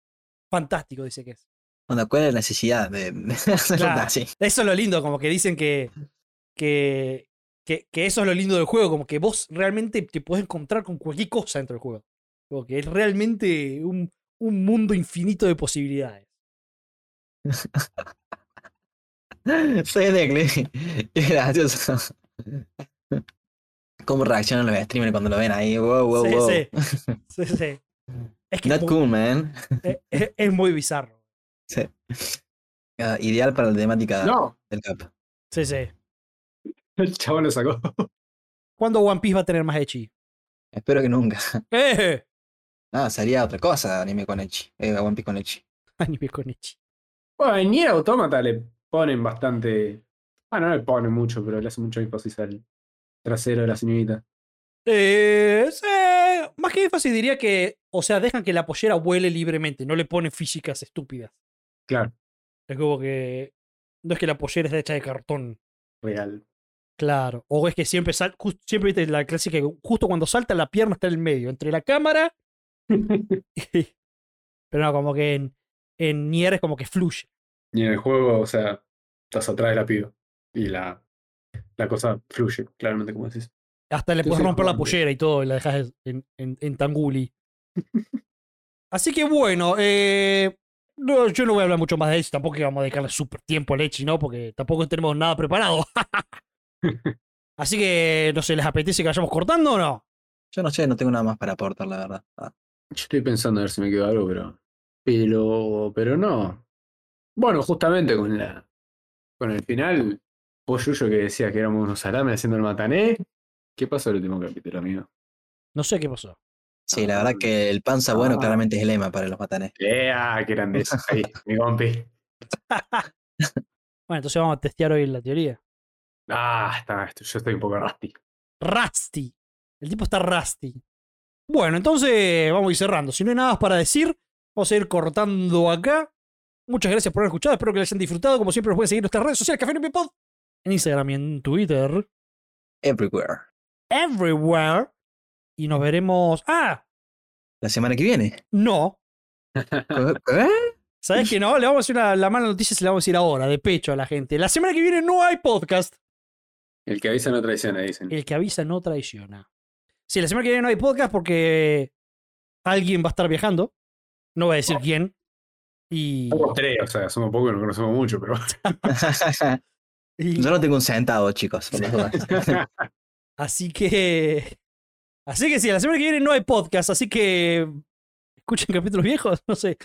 A: Fantástico, dice que es.
B: Onda, ¿cuál es la necesidad de hacer
A: Claro.
B: así?
A: Eso es lo lindo, como que dicen que, que, que, que eso es lo lindo del juego, como que vos realmente te podés encontrar con cualquier cosa dentro del juego. Como que es realmente un, un mundo infinito de posibilidades.
B: Soy de clip. Es gracioso. ¿Cómo reaccionan los streamers cuando lo ven ahí? Wow, wow,
A: sí,
B: wow.
A: sí, sí, sí. Es que es
B: Not
A: muy,
B: cool, man.
A: es- es- es muy bizarro.
B: Sí. Ah, ideal para la temática
C: No,
B: del cap.
A: Sí, sí.
C: el chabón lo sacó.
A: ¿Cuándo One Piece va a tener más Echi?
B: Espero que nunca.
A: ¡Eh!
B: Ah, sería otra cosa anime con Echi. Eh, One Piece con Echi.
A: Anime con Echi.
C: Bueno, en Nier Automata le ponen bastante. Ah, no le ponen mucho, pero le hacen mucho énfasis al trasero de la señorita.
A: Eh, sí, más que énfasis diría que, o sea, dejan que la pollera vuele libremente, no le ponen físicas estúpidas.
C: Claro,
A: Es como que no es que la pollera está hecha de cartón,
C: real.
A: claro. O es que siempre sal, jus- siempre viste la clásica, que justo cuando salta la pierna está en el medio, entre la cámara. y- pero no, como que en, en Nier es como que fluye.
C: Y en el juego, o sea, estás atrás de la piba. Y la, la cosa fluye, claramente, como decís.
A: Hasta le
C: Sí,
A: puedes
C: sí,
A: romper la
C: jugando.
A: pollera y todo, y la dejas en, en, en Tanguli. Así que bueno, eh, no, yo no voy a hablar mucho más de eso, tampoco que vamos a dedicarle súper tiempo a Echi, ¿no? Porque tampoco tenemos nada preparado. Así que, no sé, ¿les apetece que vayamos cortando o no?
B: Yo no sé, no tengo nada más para aportar, la verdad. Ah,
C: Yo estoy pensando a ver si me quedó algo, pero. Pero. Pero no. Bueno, justamente con la. Con el final. Vos, Yuyo, que decías que éramos unos salames haciendo el matané. ¿Qué pasó el último capítulo, amigo?
A: No sé qué pasó.
B: Sí, la verdad que el panza bueno
C: Ah.
B: claramente es el lema para los matanés.
C: ¡Ea! ¡Qué grandeza! Ahí, mi compi.
A: Bueno, entonces vamos a testear hoy la teoría.
C: Ah, está, esto- yo estoy un poco rusty.
A: Rusty. El tipo está rusty. Bueno, entonces vamos a ir cerrando. Si no hay nada más para decir, vamos a ir cortando acá. Muchas gracias por haber escuchado. Espero que lo hayan disfrutado. Como siempre, nos pueden seguir en nuestras redes sociales, Café NP Pod, en Instagram y en Twitter.
B: Everywhere.
A: Everywhere. Y nos veremos. ¡Ah!
B: La semana que viene.
A: No.
B: ¿Eh?
A: ¿Sabes que no? Le vamos a decir una- la mala noticia, se la vamos a decir ahora, de pecho a la gente. La semana que viene no hay podcast.
C: El que avisa no traiciona, dicen.
A: El que avisa no traiciona. Sí, la semana que viene no hay podcast porque alguien va a estar viajando. No voy a decir quién. Y,
C: Somos tres, o sea, somos pocos, no conocemos mucho, pero.
A: y-
B: Yo no tengo un centavo, chicos. por las dudas.
A: así que. Así que sí, la semana que viene no hay podcast. Así que. Escuchen capítulos viejos, no sé.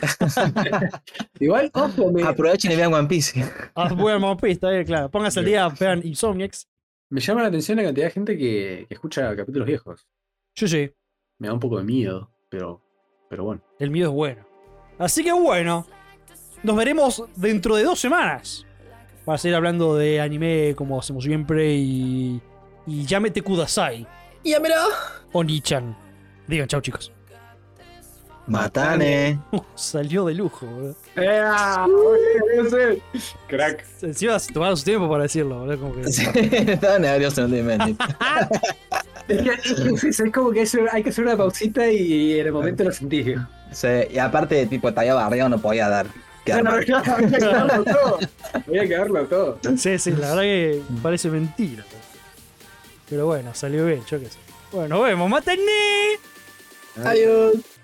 C: Igual, ojo, me,
B: Aprovechen y vean One Piece.
A: Ah, Bueno, vamos pista, eh, claro. Pónganse al día, vean Insomniacs.
C: me llama la atención la cantidad de gente que, que escucha capítulos viejos.
A: Yo sí,
C: Me da un poco de miedo, pero. Pero bueno.
A: el mío es bueno. Así que bueno, nos veremos dentro de dos semanas. Para seguir hablando de anime como hacemos siempre y. Y llámete Kudasai.
B: Llámelo.
A: Oni-chan. Digan chau, chicos. Uh,
B: Matane.
A: Salió de lujo, boludo.
C: ¡Ea! Crack.
A: Encima se tomaron su tiempo para decirlo, boludo. Como que...
B: Sí, estaba nervioso, no te inventes.
C: Es, como que hay que hacer una pausita y en el momento lo sentí.
B: Sí, y aparte, tipo, talla barrio no podía dar. quedar mal.
C: voy a quedarlo todo. Voy a quedarlo todo.
A: Sí, sí, la verdad que parece mentira. Pero bueno, salió bien, yo qué sé. Bueno, nos vemos. ¡Mátane!
B: Adiós.